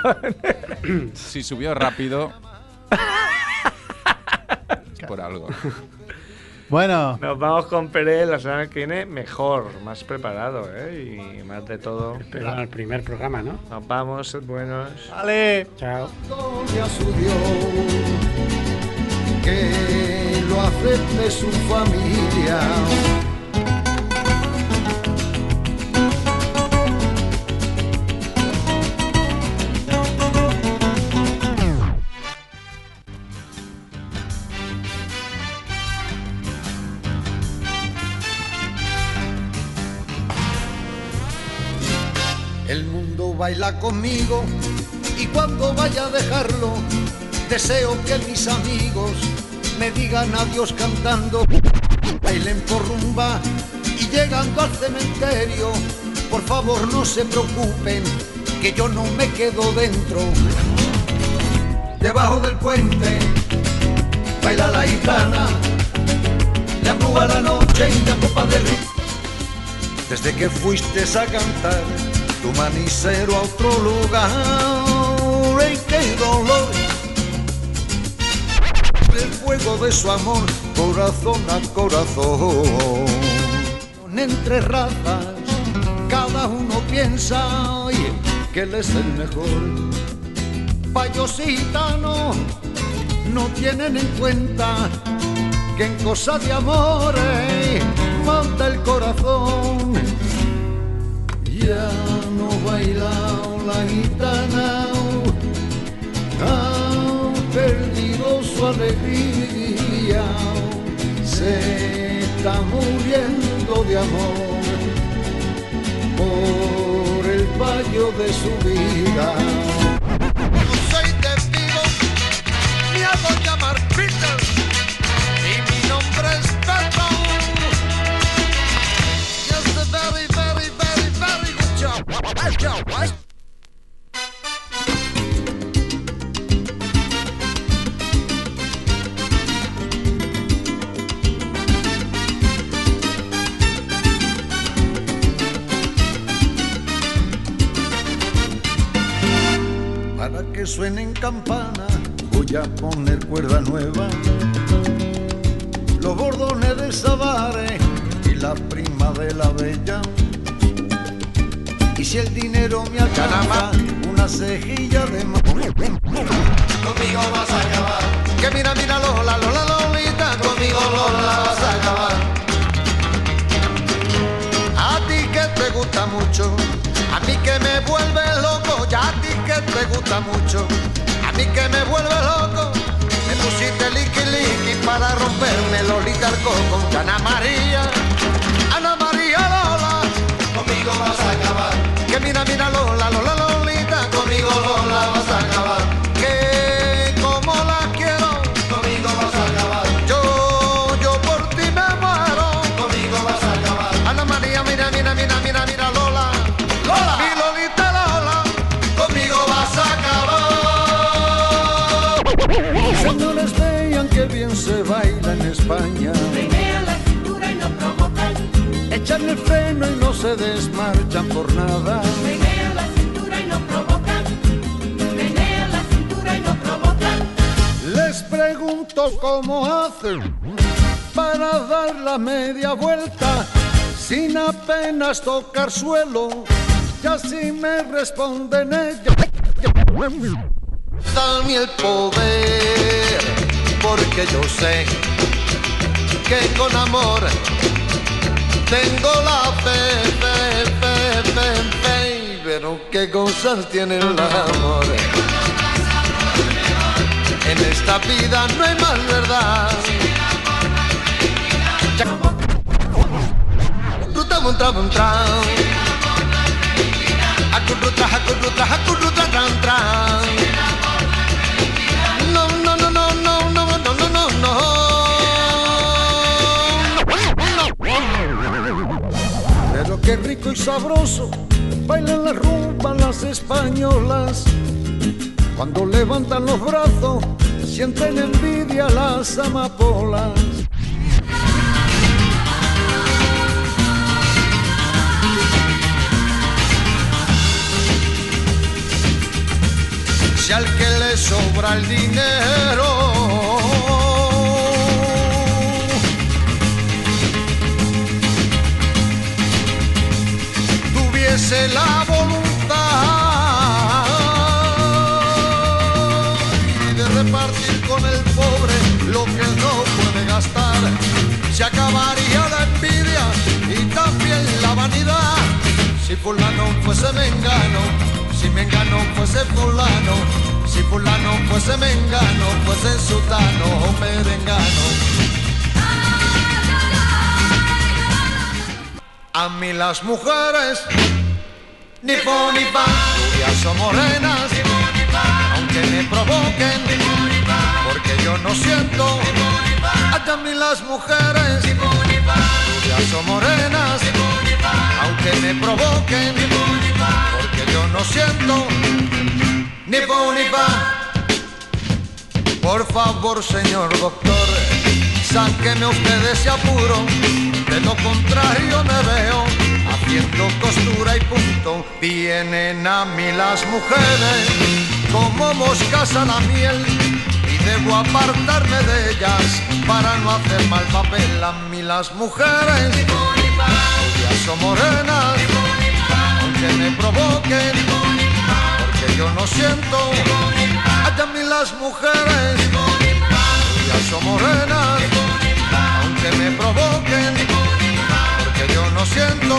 [SPEAKER 4] Si subió rápido... es Por algo.
[SPEAKER 1] Bueno,
[SPEAKER 2] Nos vamos con Pérez la semana que viene mejor, más preparado, ¿eh? Y más de todo.
[SPEAKER 3] Pero al primer programa, ¿no?
[SPEAKER 2] Nos vamos, sed buenos.
[SPEAKER 1] vale.
[SPEAKER 3] Chao.
[SPEAKER 8] gloria a su Dios, que lo acepte su familia. El mundo baila conmigo y cuando vaya a dejarlo, deseo que mis amigos me digan adiós cantando. Bailen por rumba y llegando al cementerio, por favor no se preocupen, que yo no me quedo dentro. Debajo del puente baila la gitana, la a la noche y la copa del río. Desde que fuiste a cantar tu manicero a otro lugar, ¡ay qué dolor! El fuego de su amor, corazón a corazón. Entre razas, cada uno piensa "Ay, que él es el mejor. Payos y gitanos no tienen en cuenta que en cosa de amores manda el corazón. Ya no baila la gitana, ha perdido su alegría, se está muriendo de amor por el fallo de su vida. No soy testigo, me hago llamar Peter y mi nombre es Pedro. Just a very, very, very, very good job. Good job, right? Para que suenen campanas, voy a poner cuerda nueva. Los bordones de Sabare y la prima de la bella. Y si el dinero me alcanza, una cejilla de más. Conmigo vas a acabar. Que mira, mira, Lola, Lola, Lolita. Conmigo, Lola, vas a acabar. A ti que te gusta mucho, a mí que me vuelve loco, ya a ti que te gusta mucho, a mí que me vuelve loco. Me pusiste liqui liqui para romperme Lolita el coco, Y Ana María, Ana María Lola, conmigo vas a acabar. Que mira, mira Lola, Lola Lolita, conmigo Lola vas a acabar. Que como la quiero, conmigo vas a acabar. Yo, yo por ti me muero, conmigo vas a acabar. Ana María, mira, mira, mira, mira, mira Lola, Lola, mi Lolita Lola, conmigo vas a acabar. Señores, vean que bien se baila en España.
[SPEAKER 9] Primea la cintura y no provocan.
[SPEAKER 8] Echan el freno y no se desmarchan por nada.
[SPEAKER 9] Primea la cintura y no provocan. Primea la cintura y no provocan.
[SPEAKER 8] Les pregunto cómo hacen para dar la media vuelta sin apenas tocar suelo. Y así me responden ellos. Dame el poder, porque yo sé que con amor tengo la fe, fe, fe, fe, fe. Pero qué cosas tiene el amor. En esta vida no hay más verdad. Ruta un tram un tram. Acurruta, acurruta, acurruta, tram tram. No, no, no, no, no, no, no, no, no, no. Pero qué rico y sabroso bailan las rumbas las españolas. Cuando levantan los brazos, sienten envidia las amapolas. Si al que le sobra el dinero, obedece la voluntad de repartir con el pobre lo que él no puede gastar. Se acabaría la envidia y también la vanidad. Si fulano fuese mengano, si mengano fuese fulano, si fulano fuese mengano, fuese sutano o merengano. A mí las mujeres, ni pon ni pan, rubias o morenas, aunque me provoquen, porque yo no siento. A mí las mujeres, rubias o morenas, aunque me provoquen, porque yo no siento. Ni pon ni pan. Por favor, señor doctor, sáqueme usted de ese apuro. De lo contrario me veo haciendo costura y punto. Vienen a mí las mujeres como moscas a la miel y debo apartarme de ellas para no hacer mal papel. A mí las mujeres, rubias o morenas, aunque me provoquen, porque yo no siento. A mí las mujeres, rubias o morenas aunque me provoquen, porque yo no siento.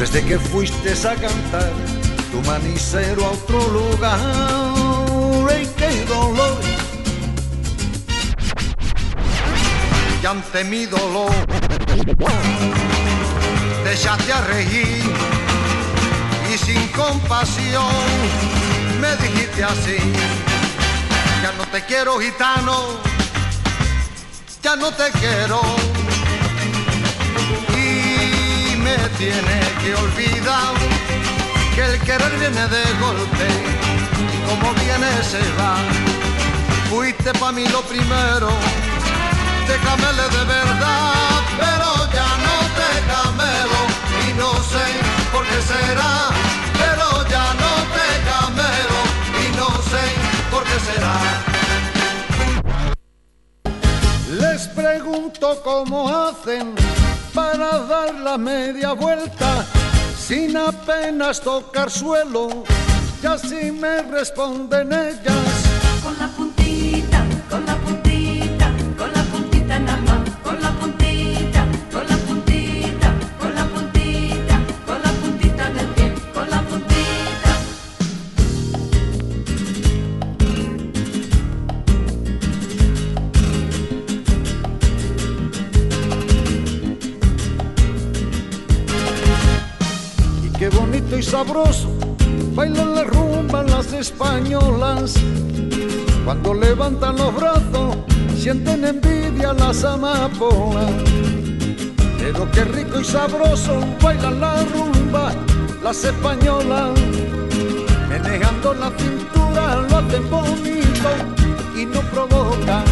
[SPEAKER 8] Desde que fuiste a cantar tu manicero a otro lugar, ¡ay, qué dolor! Y ante mi dolor, déjate a reír y sin compasión me dijiste así. Ya no te quiero gitano, ya no te quiero y me tiene que olvidar que el querer viene de golpe y como viene se va fuiste para mí lo primero te camele de verdad pero ya no te camelo y no sé por qué será pero ya no te camelo y no sé por qué será les pregunto cómo hacen para dar la media vuelta sin apenas tocar suelo. Y así me responden ellas.
[SPEAKER 9] Con la puntita, con la puntita, con la puntita nada más. Con la puntita, con la puntita, con la puntita, con la puntita del pie, con la puntita.
[SPEAKER 8] Y qué bonito y sabroso bailan la rumba las españolas. Cuando levantan los brazos, sienten envidia las amapolas. Pero qué rico y sabroso bailan la rumba las españolas. Manejando la cintura lo hacen bonito y no provocan.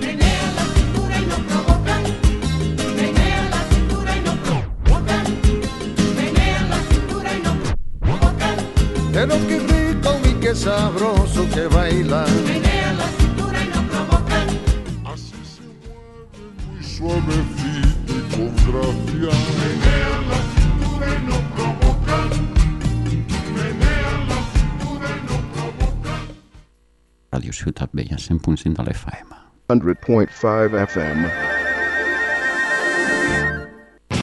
[SPEAKER 9] Menea la cintura y no provocan. Menea la cintura y no provocan. Menea la cintura y no provocan.
[SPEAKER 8] Pero qué rico y qué sabroso que bailan.
[SPEAKER 9] Menea la cintura y no provocan.
[SPEAKER 8] Suavecito y con gracia.
[SPEAKER 10] Radio Ciutat Vella, 100.5 de l'FM.
[SPEAKER 11] 100.5 FM.